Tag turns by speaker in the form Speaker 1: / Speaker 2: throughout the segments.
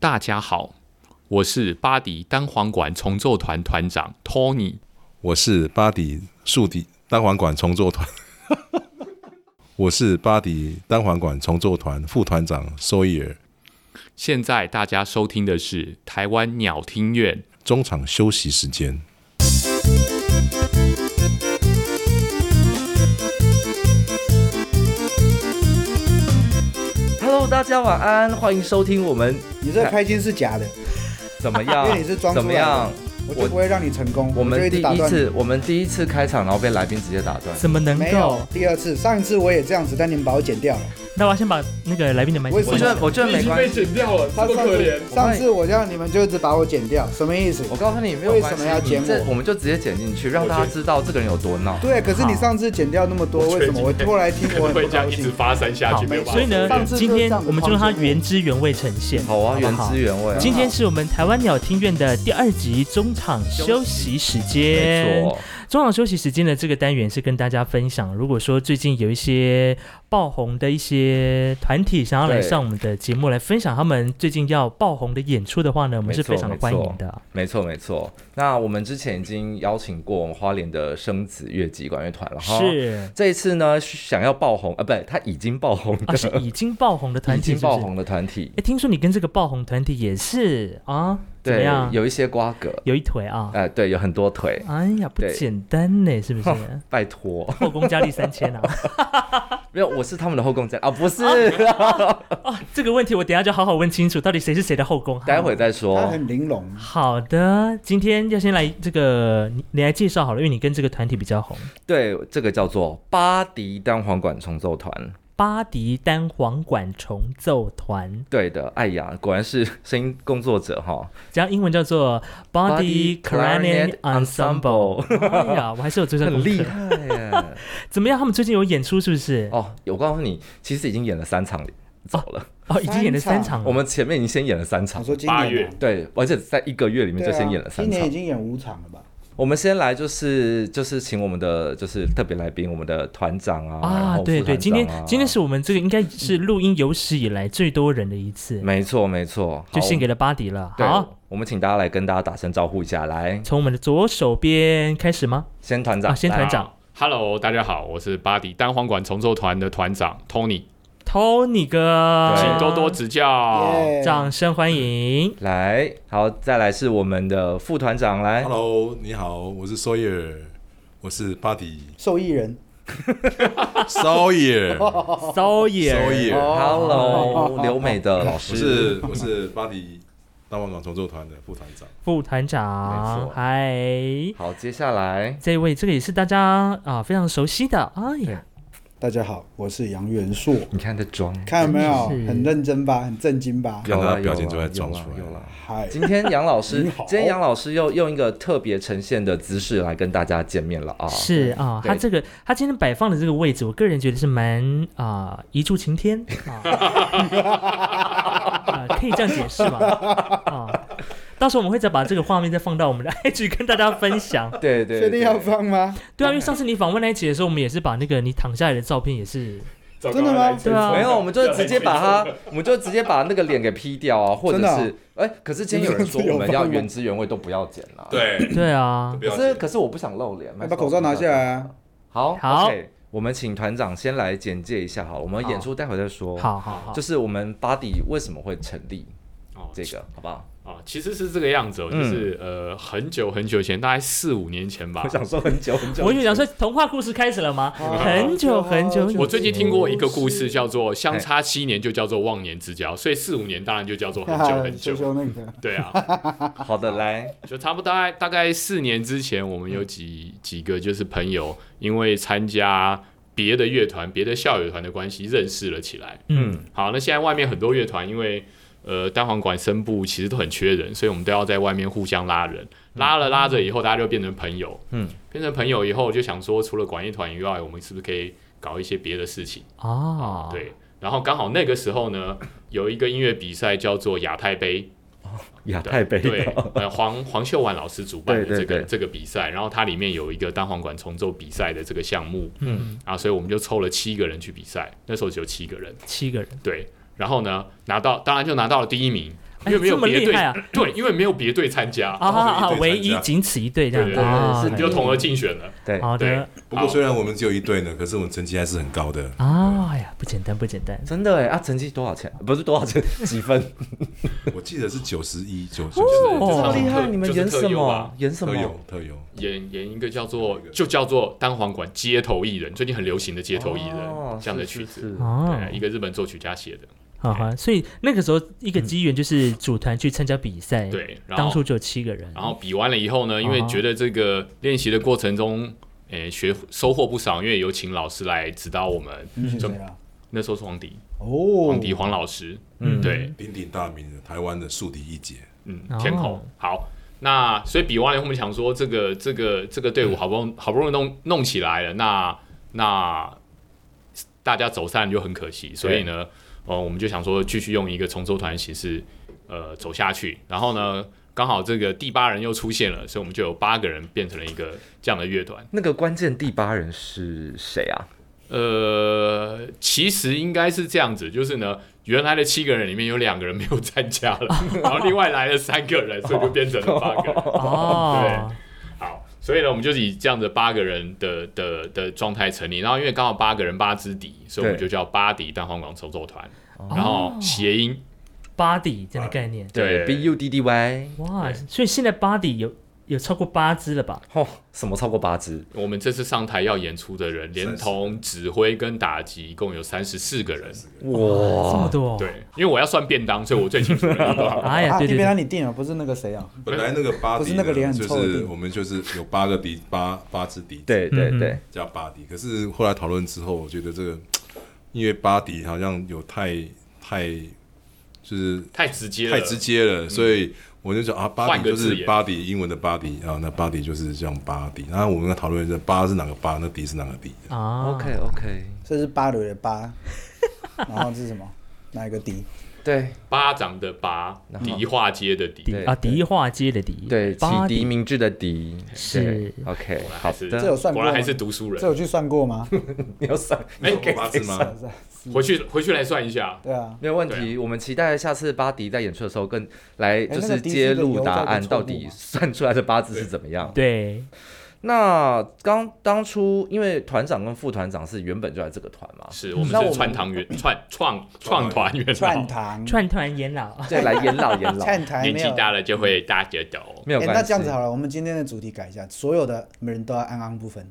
Speaker 1: 大家好，我是巴迪单簧管重奏团团长 Tony。
Speaker 2: 我是巴迪竖笛单簧管重奏团， 我是巴迪单簧管重奏团副团长索伊尔。
Speaker 1: 现在大家收听的是台湾鸟听院，
Speaker 2: 中场休息时间，
Speaker 3: Hello，大家晚安，欢迎收听我们
Speaker 4: 你这个开心是假的，
Speaker 3: 怎么
Speaker 4: 因
Speaker 3: 样？
Speaker 4: 为你是装
Speaker 3: 怎
Speaker 4: 出
Speaker 3: 么
Speaker 4: 来
Speaker 3: 样
Speaker 4: 的？，我
Speaker 3: 我
Speaker 4: 就不会让你成功。
Speaker 3: 我
Speaker 4: 就
Speaker 3: 们
Speaker 4: 一直
Speaker 3: 第
Speaker 4: 打
Speaker 3: 一
Speaker 4: 断你
Speaker 3: 次，我们第一次开场，然后被来宾直接打断。
Speaker 5: 怎么能
Speaker 4: 没有
Speaker 5: 够？
Speaker 4: 第二次，上一次我也这样子，但你们把我剪掉了。
Speaker 5: 那我要先把那个来宾的麦
Speaker 4: 为
Speaker 3: 我
Speaker 4: 什么
Speaker 5: 克风
Speaker 3: 觉得，我觉得没关系。
Speaker 6: 剪掉了，
Speaker 4: 他上次上次我让你们就一直把我剪掉，什么意思？
Speaker 3: 我告诉你，没有关
Speaker 4: 为什
Speaker 3: 系
Speaker 4: 么要，剪
Speaker 3: 你这
Speaker 4: 我
Speaker 3: 我们就直接剪进去，让大家知道这个人有多闹。
Speaker 4: 对，可是你
Speaker 5: 好
Speaker 4: 上次剪掉那么多，为什么我后来听我 很不高兴？
Speaker 6: 发散下
Speaker 5: 好
Speaker 6: 没有办
Speaker 5: 所以呢
Speaker 4: 上，次就是
Speaker 5: 今天
Speaker 4: 这样子
Speaker 5: 我们就让它
Speaker 4: 放纵我
Speaker 5: 原汁原味呈现。
Speaker 3: 好啊，原
Speaker 5: 不好
Speaker 3: 汁原味啊。
Speaker 5: 今天是我们台湾鸟听院的第二集中场休息时
Speaker 3: 没
Speaker 5: 间。
Speaker 3: 错，
Speaker 5: 中场休息时间的这个单元是跟大家分享，如果说最近有一些爆红的一些团体想要来
Speaker 3: 对
Speaker 5: 上我们的节目来分享他们最近要爆红的演出的话呢，我们是
Speaker 3: 没错
Speaker 5: 非常欢迎的。
Speaker 3: 没错没错。那我们之前已经邀请过我们花莲的生子乐集管乐团了哈。。
Speaker 5: 是
Speaker 3: 这一次呢，想要爆红啊，不，他已经爆红
Speaker 5: 啊，
Speaker 3: 的，
Speaker 5: 是已经爆红的团
Speaker 3: 已
Speaker 5: 体
Speaker 3: 经
Speaker 5: 是不
Speaker 3: 爆
Speaker 5: 是？
Speaker 3: 红的团体，
Speaker 5: 哎，听说你跟这个爆红团体也是啊？怎么
Speaker 3: 对
Speaker 5: 样，？
Speaker 3: 有一些瓜葛，
Speaker 5: 有一腿啊？
Speaker 3: 哎，对，有很多腿，
Speaker 5: 哎呀，不
Speaker 3: 对？
Speaker 5: 简单呢，是不是
Speaker 3: 拜托，
Speaker 5: 后宫佳丽三千啊！
Speaker 3: 没有，我是他们的后宫在啊，不是，
Speaker 5: 哦，这个问题我等一下就好好问清楚，到底谁是谁的后宫？
Speaker 3: 待会再
Speaker 4: 他
Speaker 3: 说。
Speaker 4: 很玲珑，
Speaker 5: 好的，今天要先来这个，你你来介绍好了，因为你跟这个团体比较红，
Speaker 3: 对，这个叫做巴迪单簧管重奏团。
Speaker 5: 巴迪单簧管重奏团，
Speaker 3: 对的，哎呀，果然是 声音工作者哈。
Speaker 5: 这样英文叫做 Body
Speaker 3: Body
Speaker 5: Clarinet
Speaker 3: Clarinet
Speaker 5: Ensemble。哎 呀，我还是有追上
Speaker 3: 很
Speaker 5: 功
Speaker 3: 厉
Speaker 5: 课
Speaker 3: 害耶！
Speaker 5: 怎么样？他们最近有演出是不是？
Speaker 3: 哦，我告诉你，其实已经演了三场走了。
Speaker 5: 哦，已经演了三场了。
Speaker 3: 我们前面已经先演了三
Speaker 4: 我
Speaker 3: 场，
Speaker 4: 说今
Speaker 6: 八
Speaker 4: 年
Speaker 6: 月
Speaker 4: 啊
Speaker 3: 对，而且在一个月里面
Speaker 4: 对
Speaker 3: 就
Speaker 4: 啊
Speaker 3: 先演了三
Speaker 4: 今年
Speaker 3: 场
Speaker 4: 已。经演五场了吧？
Speaker 3: 我们先来就是就是请我们的就是特别来宾，我们的团长啊，然
Speaker 5: 啊，
Speaker 3: 后
Speaker 5: 对
Speaker 3: 副
Speaker 5: 对，
Speaker 3: 团
Speaker 5: 今天
Speaker 3: 长啊
Speaker 5: 今天是我们这个应该是录音有史以来最多人的一次，
Speaker 3: 没错没错，
Speaker 5: 就
Speaker 3: 嗯好
Speaker 5: 献给了巴迪了。
Speaker 3: 对
Speaker 5: 好，，
Speaker 3: 我们请大家来跟大家打声招呼一下，来，
Speaker 5: 从我们的左手边开始吗？
Speaker 3: 先团长，
Speaker 5: 啊，先
Speaker 3: 来
Speaker 5: 团长
Speaker 1: Hello，大家好，我是巴迪单簧管重奏团的团长 Tony，
Speaker 5: Tony 哥，
Speaker 3: 对
Speaker 1: 请多多指教。
Speaker 4: 耶
Speaker 5: 掌声欢迎。
Speaker 3: 来，好，再来是我们的副团长，来，
Speaker 2: Hello，你好，我是索伊尔，我是巴迪
Speaker 4: 受益人，
Speaker 2: 索伊尔，索
Speaker 3: 哦
Speaker 5: 骚野，
Speaker 2: 伊尔，
Speaker 3: Hello，留美的老
Speaker 2: 我
Speaker 3: 师，
Speaker 2: 是我是巴迪单簧管重奏团的副团长。
Speaker 5: 副团
Speaker 3: 没
Speaker 5: 长，
Speaker 3: 错
Speaker 5: 嗨，
Speaker 3: 好，接下来
Speaker 5: 这位这个也是大家啊非常熟悉的，哎呀，
Speaker 4: 大家好，我是杨元硕，
Speaker 3: 你看这妆，
Speaker 4: 看到没有？
Speaker 5: 真是
Speaker 4: 很认真吧，很震惊吧？
Speaker 2: 看
Speaker 3: 有
Speaker 2: 他
Speaker 3: 了
Speaker 2: 的
Speaker 3: 有
Speaker 2: 表
Speaker 3: 了
Speaker 2: 情就在
Speaker 3: 有
Speaker 2: 装
Speaker 3: 了
Speaker 2: 出来
Speaker 3: 有了。
Speaker 4: 嗨，
Speaker 3: 今天杨老师
Speaker 4: 你好，
Speaker 3: 今天杨老师又用一个特别呈现的姿势来跟大家见面了啊！
Speaker 5: 是啊，
Speaker 3: 对
Speaker 5: 他这个他今天摆放的这个位置，我个人觉得是蛮啊一柱擎天啊 啊，可以这样解释吧？啊，到时候我们会再把这个画面再放到我们的 IG 跟大家分享。
Speaker 3: 对对，
Speaker 4: 确定要
Speaker 3: 对
Speaker 4: 放吗？
Speaker 5: 对啊，因为上次你访问那一集的时候，我们也是把那个你躺下来的照片也是
Speaker 6: 糟糕
Speaker 4: 真的吗
Speaker 6: 来一次
Speaker 5: 对啊
Speaker 3: 没有，我们就直接把它，我们就直接把那个脸给 P 掉啊，或者
Speaker 4: 真的啊
Speaker 3: 是哎、可是今天有人说
Speaker 4: 你这
Speaker 3: 我
Speaker 4: 样子有
Speaker 3: 们要
Speaker 4: 办法
Speaker 3: 原汁原味都不要剪了、啊。，
Speaker 2: 对，
Speaker 5: 对啊，
Speaker 2: 不
Speaker 3: 可是可是我不想露脸，
Speaker 4: 来哎把口罩拿下。来啊！
Speaker 3: 好，
Speaker 5: 好
Speaker 3: o k 我们请团长先来简介一下好了，我们演出待会再说。，
Speaker 5: 好好
Speaker 3: 哦
Speaker 5: 好，
Speaker 3: 就是我们 Body 为什么会成立
Speaker 1: 哦
Speaker 3: 这个，好不好？
Speaker 1: 啊，其实是这个样子哦，就是呃，很久很久以前，大概四五年前吧
Speaker 3: 我。想说很久很久，
Speaker 5: 我就想说，童话故事开始了吗？很久很久，
Speaker 1: 我最近听过一个故事，叫做“相差七年就叫做忘年之交”，所以四五年当然就叫做很久很
Speaker 4: 修
Speaker 1: 久。
Speaker 4: 修那个，
Speaker 1: 对啊，
Speaker 3: 好的，来，
Speaker 1: 就差不多大概大概四年之前，我们有几几个就是朋友，因为参加别的乐团、别的校友团的关系认识了起来。
Speaker 5: 嗯，
Speaker 1: 好，那现在外面很多乐团，因为呃单簧管声部其实都很缺人，所以我们都要在外面互相拉人，拉了拉着以后，大家就变成朋友。
Speaker 3: 嗯，
Speaker 1: 变成朋友以后，就想说除了管乐团以外，我们是不是可以搞一些别的事情？
Speaker 3: 啊
Speaker 5: 哦，
Speaker 1: 对。然后刚好那个时候呢，有一个音乐比赛叫做亚太杯，
Speaker 3: 亚太杯
Speaker 1: 对
Speaker 3: 的，，
Speaker 1: 呃，黄黄秀婉老师主办的
Speaker 3: 对
Speaker 1: 这
Speaker 3: 对
Speaker 1: 个
Speaker 3: 对
Speaker 1: 这个比赛，然后它里面有一个单簧管重奏比赛的这个项目
Speaker 3: 嗯，
Speaker 1: 啊，所以我们就抽了七个人去比赛，那时候只有七个人，
Speaker 5: 七个人，
Speaker 1: 对，然后呢拿到，当然就拿到了第一名，因为没有
Speaker 5: 哎这么
Speaker 1: 别
Speaker 5: 厉
Speaker 1: 队
Speaker 5: 害啊！
Speaker 1: 对，因为没有别队参加，
Speaker 5: 啊啊啊！
Speaker 2: 哦
Speaker 5: 唯
Speaker 2: 唯一
Speaker 5: 一
Speaker 2: 参加
Speaker 5: 仅此一队这样
Speaker 1: 对
Speaker 5: 子
Speaker 1: 对对
Speaker 5: 啊
Speaker 3: 是
Speaker 1: 你就同额竞选了。
Speaker 3: 对，
Speaker 5: 好
Speaker 1: 对
Speaker 5: 的，
Speaker 2: 不过虽然我们只有一队呢，可是我们成绩还是很高的。
Speaker 5: 啊，哎呀，不简单不简单，
Speaker 3: 真的哎，啊，成绩多少钱？不是多少 钱，几分？
Speaker 2: 我记得是九十一、九十
Speaker 5: 哦
Speaker 1: 这
Speaker 3: 这
Speaker 1: 么
Speaker 3: 么
Speaker 1: 厉
Speaker 3: 厉
Speaker 1: 害
Speaker 3: 害，
Speaker 1: 你
Speaker 3: 你
Speaker 1: 们演
Speaker 3: 们演
Speaker 1: 什
Speaker 3: 什
Speaker 1: 么
Speaker 3: 么？演什
Speaker 2: 特
Speaker 3: 么
Speaker 2: 有？特有，
Speaker 1: 演演一个叫做就叫做单簧管街头艺人，最近很流行的街头艺人、
Speaker 3: 哦
Speaker 1: 这样的曲子，
Speaker 5: 哦，
Speaker 1: 对，一个日本作曲家写的，
Speaker 5: 好哈，所以那个时候一个机缘就是组团去参加比赛，，
Speaker 1: 对，然
Speaker 5: 哎当
Speaker 1: 后
Speaker 5: 初就有七个人，
Speaker 1: 然后比完了以后呢，因为
Speaker 5: 啊哈
Speaker 1: 觉得这个练习的过程中，诶、学收获不少，因为有请老师来指导我们，
Speaker 5: 嗯
Speaker 4: 你选
Speaker 1: 就
Speaker 4: 谁了？
Speaker 1: 那时候是黄迪，
Speaker 4: 哦
Speaker 1: 黄，迪黄老师，
Speaker 5: 嗯
Speaker 1: 对，
Speaker 2: 鼎鼎大名的台湾的竖笛一姐，
Speaker 1: 嗯
Speaker 5: 哦，
Speaker 1: 天后、好。那所以比完了以后，我们想说这个这个这个队伍好不容易好不容易弄弄起来了，那那大家走散就很可惜，所以呢，呃，我们就想说继续用一个重奏团形式，呃，走下去。然后呢，刚好这个第八人又出现了，所以我们就有八个人变成了一个这样的乐团。
Speaker 3: 那个关键第八人是谁啊？
Speaker 1: 呃，其实应该是这样子，就是呢，原来的七个人里面有两个人没有参加了，然后另外来了三个人，所以就变成了八个人。
Speaker 5: 哦，
Speaker 1: 好，所以呢，我们就以这样的八个人的的的状态成立，然后因为刚好八个人八支笛，所以我们就
Speaker 3: 对
Speaker 1: 叫八笛单簧管重奏团，
Speaker 5: 哦
Speaker 1: 然后谐音，
Speaker 5: body 这样的概念，
Speaker 1: 对
Speaker 3: ，B U D D Y。
Speaker 5: 哇，
Speaker 1: 对
Speaker 5: 所以现在 body 有有超过八支了吧？
Speaker 3: 哦，什么超过八支？
Speaker 1: 我们这次上台要演出的人，连同指挥跟打击，一共有三十四个人。
Speaker 5: 这么
Speaker 3: 哇，
Speaker 5: 多，，
Speaker 4: 哦
Speaker 1: 对，因为我要算便当，所以我最清楚了。 对吧
Speaker 5: 哎呀，
Speaker 4: 啊，
Speaker 5: 对
Speaker 4: 这
Speaker 5: 对
Speaker 4: 边
Speaker 5: 对，
Speaker 4: 让你定了，不是那个谁啊？
Speaker 2: 本来那个八
Speaker 4: 不是
Speaker 2: 笛
Speaker 4: 那个脸
Speaker 2: 呢，
Speaker 4: 很
Speaker 2: 就
Speaker 4: 臭的
Speaker 2: 是
Speaker 4: 笛
Speaker 2: 我们就是有八个笛，八八支笛，，
Speaker 3: 对对
Speaker 5: 嗯
Speaker 3: 对，
Speaker 2: 叫八笛。可是后来讨论之后，我觉得这个因为八笛好像有太太就是
Speaker 1: 太直接了，嗯
Speaker 2: 太直接了，所以我就讲啊，巴
Speaker 1: 换
Speaker 2: 迪
Speaker 1: 个
Speaker 2: 就
Speaker 1: 字
Speaker 2: 是
Speaker 1: 眼
Speaker 2: 巴迪，英文的巴迪啊，那巴迪就是像巴迪。然后我们在讨论这巴是哪个巴，那迪是哪个迪。
Speaker 5: 啊
Speaker 3: OK OK，
Speaker 4: 这是芭蕾的芭，然后这是什么？哪一个迪？
Speaker 3: 对
Speaker 1: 巴掌的巴，迪化街的迪。
Speaker 5: 迪啊，迪化街的迪，
Speaker 3: 对，启
Speaker 5: 八
Speaker 3: 迪明智的迪
Speaker 5: 是
Speaker 3: OK，
Speaker 1: 还
Speaker 3: 好
Speaker 1: 是
Speaker 4: 这有
Speaker 3: 的，
Speaker 4: 算过
Speaker 1: 果
Speaker 4: 吗
Speaker 1: 然还是读书
Speaker 4: 这
Speaker 1: 人。
Speaker 4: 有去算过 吗？
Speaker 3: 你有算
Speaker 2: 哎，
Speaker 3: 给
Speaker 2: 八字
Speaker 3: 谁
Speaker 2: 吗
Speaker 3: 算？
Speaker 1: 回去回去来算一下。
Speaker 4: 对啊，
Speaker 3: 没有问
Speaker 1: 对
Speaker 3: 题，我们期待下次巴迪在演出的时候更来就
Speaker 4: 哎那
Speaker 3: 是
Speaker 4: 个迪是
Speaker 3: 揭
Speaker 4: 那个
Speaker 3: 露
Speaker 4: 油
Speaker 3: 答
Speaker 4: 在那
Speaker 3: 案，
Speaker 4: 抽
Speaker 3: 到
Speaker 4: 过
Speaker 3: 底
Speaker 4: 吗
Speaker 3: 算出来的八字是怎么样。
Speaker 5: 对，
Speaker 3: 那刚当初因为团长跟副团长是原本就在这个团 嘛，
Speaker 1: 是我
Speaker 4: 那我
Speaker 1: 们是
Speaker 4: 们
Speaker 1: 串堂元串创创团元
Speaker 4: 串
Speaker 1: 老，
Speaker 4: 堂，
Speaker 5: 串团元老，
Speaker 4: 嗯
Speaker 3: 对，来演老 演老，
Speaker 4: 串台
Speaker 1: 年
Speaker 4: 没
Speaker 1: 纪
Speaker 4: 有。
Speaker 1: 大了就会大舌头。
Speaker 3: 没有
Speaker 4: 哎
Speaker 3: 关系。
Speaker 4: 那这样子好了，我们今天的主题改一下，所有的人都要安安不分。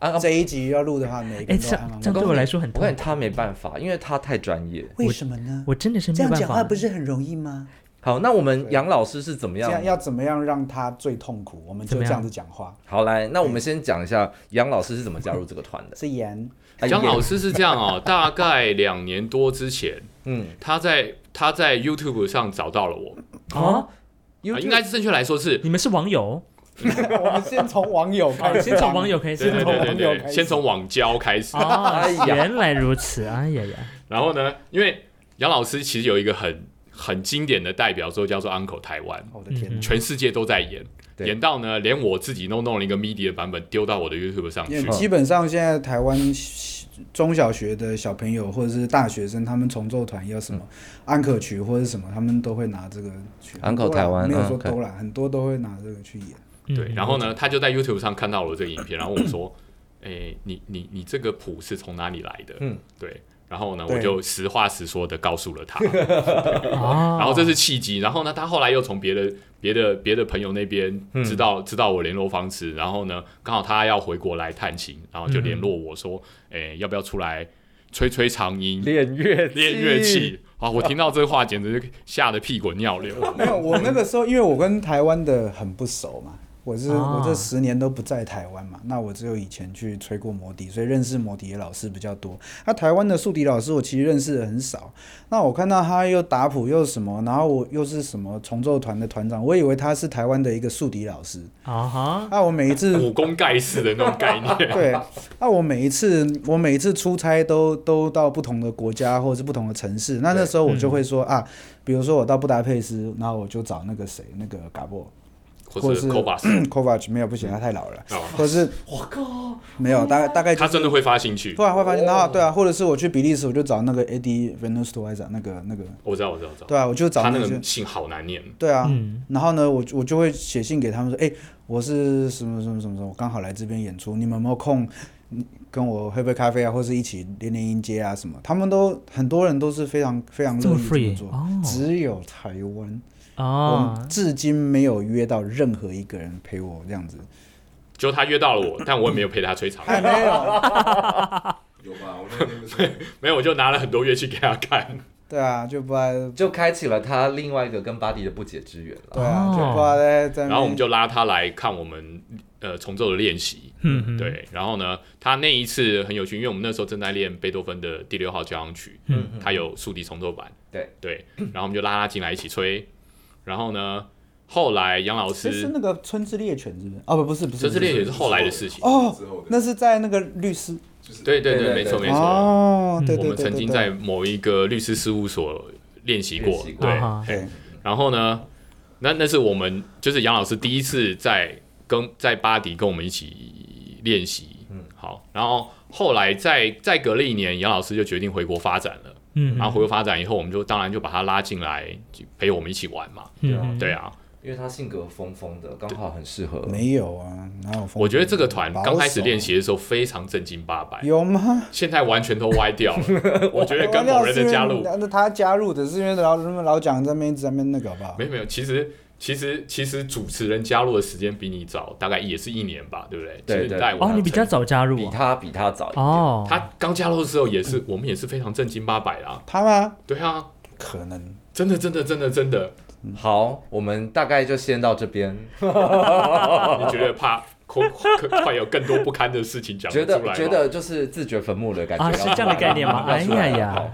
Speaker 3: 啊，啊
Speaker 4: 这一集要录的话，每个
Speaker 5: 哎，
Speaker 4: 人都
Speaker 5: 这
Speaker 4: 要安
Speaker 5: 样
Speaker 4: 安
Speaker 5: 这样
Speaker 4: 不
Speaker 5: 对
Speaker 4: 分。
Speaker 5: 我来说很
Speaker 3: 我
Speaker 5: 痛
Speaker 3: 感觉，他没办法，因为他太专业。
Speaker 4: 为什么呢？
Speaker 5: 我真的是没
Speaker 4: 这
Speaker 5: 有
Speaker 4: 样
Speaker 5: 办
Speaker 4: 讲话
Speaker 5: 法
Speaker 4: 不，是很容易吗？
Speaker 3: 好，那我们杨老师是怎么
Speaker 4: 这样
Speaker 3: 样？
Speaker 4: 要怎么样让他最痛苦？我们
Speaker 5: 怎
Speaker 4: 就
Speaker 5: 么
Speaker 4: 这样
Speaker 5: 样
Speaker 4: 子讲话。
Speaker 3: 好，来，那我
Speaker 4: 哎
Speaker 3: 们先讲一下杨老师是怎么加入这个团的。
Speaker 4: 是盐，
Speaker 3: 哎
Speaker 1: 江老
Speaker 3: 演
Speaker 1: 师是这样哦， 大概两年多之前，
Speaker 3: 嗯，
Speaker 1: 他在他在 YouTube 上找到了我，
Speaker 5: 哦，
Speaker 1: 啊
Speaker 3: YouTube-
Speaker 1: 应该是正确来说是。
Speaker 5: 你们是 网友，
Speaker 4: 我们先从网友开
Speaker 5: 哦，
Speaker 4: 始，
Speaker 5: 先从网友开
Speaker 1: 对
Speaker 5: 始，
Speaker 1: 对对
Speaker 4: 网
Speaker 1: 对
Speaker 4: 友开
Speaker 1: 对，
Speaker 4: 始
Speaker 1: 先从网交开始，
Speaker 5: 哦
Speaker 3: 哎，呀
Speaker 5: 原来如此，哎呀呀，
Speaker 1: 然后呢，因为杨老师其实有一个很很经典的代表作叫做《Uncle 台湾
Speaker 4: 我的天
Speaker 5: 嗯》，
Speaker 4: 哪，
Speaker 1: 全世界都在演，
Speaker 3: 哦对
Speaker 1: 演到呢，连我自己都弄了一个 MIDI 的版本丢到我的 YouTube 上
Speaker 4: 因
Speaker 1: 去
Speaker 4: 为。
Speaker 3: 嗯
Speaker 4: 基本上现在台湾中小学的小朋友或者是大学生，他们重奏团要什
Speaker 3: 嗯
Speaker 4: 么安可曲或者什么，他们都会拿这个去。
Speaker 3: 安可
Speaker 4: 很多啦
Speaker 3: 台湾
Speaker 4: 没有说
Speaker 3: 嗯，OK
Speaker 4: 都啦，很多都会拿这个去演。
Speaker 5: 嗯
Speaker 1: 对，然后呢，他就在 YouTube 上看到了我这个影片，然后问我说：“哎，你你你这个谱是从哪里来的？”
Speaker 3: 嗯，
Speaker 1: 对。然后呢，
Speaker 4: 对
Speaker 1: 我就实话实说的告诉了他，
Speaker 5: 哦，
Speaker 1: 然后这是契机。然后呢，他后来又从别的、别的、别的朋友那边
Speaker 4: 嗯
Speaker 1: 知道、知道我联络方式，然后呢，刚好他要回国来探亲，然后就联络我说，
Speaker 4: 嗯
Speaker 1: 诶，要不要出来吹吹长音、
Speaker 3: 练乐
Speaker 1: 练乐，器？啊，我听到这话简直就吓得屁滚尿流。
Speaker 4: 没有，我那个时候因为我跟台湾的很不熟嘛，我是、
Speaker 5: 啊
Speaker 4: 我这十年都不在台湾嘛，那我只有以前去吹过摩笛，所以认识摩笛的老师比较多。那台湾的竖笛老师我其实认识的很少。那我看到他又打谱又什么，然后我又是什么重奏团的团长，我以为他是台湾的一个竖笛老师。
Speaker 5: 啊哈，
Speaker 4: 那我每一次
Speaker 1: 武功盖世的那种概念，
Speaker 4: 对，那我每一次我每一次出差都都到不同的国家或者是不同的城市，那那时候我就会说、啊，比如说我到布达佩斯，然后我就找那个谁那个嘎布，
Speaker 1: 或
Speaker 4: 是
Speaker 1: c o b a s
Speaker 4: Kovac 没有不行，他太老了，
Speaker 1: 哦
Speaker 4: 或是
Speaker 5: 我靠，
Speaker 4: 没有大概大哎概就
Speaker 1: 他
Speaker 4: 是
Speaker 1: 真的会发兴趣
Speaker 4: 突。然会发现，然后对啊，或者是我去比利时，我就找那个 Eddie Venusto 还是找那个那个，
Speaker 1: 我知道，我知道，我知道。
Speaker 4: 对啊，我就找
Speaker 1: 他那
Speaker 4: 些
Speaker 1: 个姓好难念，
Speaker 4: 对啊，
Speaker 5: 嗯
Speaker 4: 然后呢，我我就会写信给他们说，哎、我是什么什么什么什么，我刚好来这边演出，你们有没有空嗯跟我喝杯咖啡啊，或是一起练练音阶啊什么？他们都很多人都是非常非常
Speaker 5: 这
Speaker 4: 乐
Speaker 5: 么
Speaker 4: 意这么
Speaker 5: free
Speaker 4: 做，
Speaker 5: 哦
Speaker 4: 只有台湾，我
Speaker 5: 哦
Speaker 4: 们，至今没有约到任何一个人陪我这样子，
Speaker 1: 就他约到了我，但我也没有陪他吹长
Speaker 4: 还
Speaker 1: 笛，
Speaker 4: 没有，
Speaker 2: 有吧？我那天不是
Speaker 1: 没有，我就拿了很多乐器给他看。
Speaker 4: 对啊，就不知道，
Speaker 3: 就开启了他另外一个跟巴迪的不解之缘了。
Speaker 4: 对啊，就
Speaker 5: 哦
Speaker 4: 不知道在在那边，
Speaker 1: 然后我们就拉他来看我们呃重奏的练习，
Speaker 5: 嗯嗯
Speaker 1: 对。然后呢，他那一次很有趣，因为我们那时候正在练贝多芬的第六号交响曲，
Speaker 5: 嗯
Speaker 1: 他有竖笛重奏版，
Speaker 3: 对
Speaker 1: 对。然后我们就拉他进来一起吹。然后呢，后来杨老
Speaker 4: 诶是
Speaker 1: 师，
Speaker 4: 那个春之猎犬是不是？哦，不不是不是，
Speaker 1: 这次练
Speaker 4: 不
Speaker 1: 也
Speaker 4: 是
Speaker 1: 是后来的事情，
Speaker 4: 哦
Speaker 2: 之后，的
Speaker 4: 那是在那个律师
Speaker 1: 对对对，
Speaker 3: 对对
Speaker 1: 没错
Speaker 3: 对
Speaker 1: 没错。
Speaker 4: 哦，对
Speaker 1: 我
Speaker 4: 对对
Speaker 1: 们
Speaker 4: 对
Speaker 1: 曾经
Speaker 4: 对
Speaker 1: 在某一个律师事务所练习
Speaker 3: 练
Speaker 1: 过
Speaker 3: 习，过
Speaker 1: 对
Speaker 5: 啊。哈
Speaker 4: 对
Speaker 1: 然后呢，那那是我们就是杨老师第一次在跟在巴迪跟我们一起练习，嗯，好。然后后来再再隔了一年，杨老师就决定回国发展了。
Speaker 5: 嗯，
Speaker 1: 然后回国发展以后，我们就当然就把他拉进来就陪我们一起玩嘛，
Speaker 5: 嗯，
Speaker 1: 对啊。
Speaker 3: 因为他性格疯疯的，刚好很适合。
Speaker 4: 没有啊，哪有风格？
Speaker 1: 我觉得这个团
Speaker 4: 保守
Speaker 1: 刚开始练习的时候非常正经八百，
Speaker 4: 有吗？
Speaker 1: 现在完全都歪掉了。我觉得跟某人的加入，
Speaker 4: 那他加入的是因为老他们老蒋这边一直在那边那个好不好
Speaker 1: 没？有没有，其实其实其实主持人加入的时间比你早，大概也是一年吧，对不对？
Speaker 3: 对
Speaker 1: 其实
Speaker 3: 对
Speaker 1: 带我
Speaker 5: 哦，你比较早加入
Speaker 3: 比
Speaker 5: 啊
Speaker 3: 他比他早一点。
Speaker 5: 哦，
Speaker 1: 他刚加入的时候也是，我们也是非常正经八百啦。
Speaker 4: 他吗？
Speaker 1: 对啊，
Speaker 4: 可能
Speaker 1: 真的，真的，真的，真的，
Speaker 3: 好，我们大概就先到这边。
Speaker 1: 你觉得怕快快快有更多不堪的事情讲得
Speaker 3: 觉
Speaker 1: 出来吗
Speaker 3: 得觉得就是自掘坟墓的感觉
Speaker 5: 啊是这样的概念 吗？哎呀，
Speaker 3: 要出来了
Speaker 5: 呀，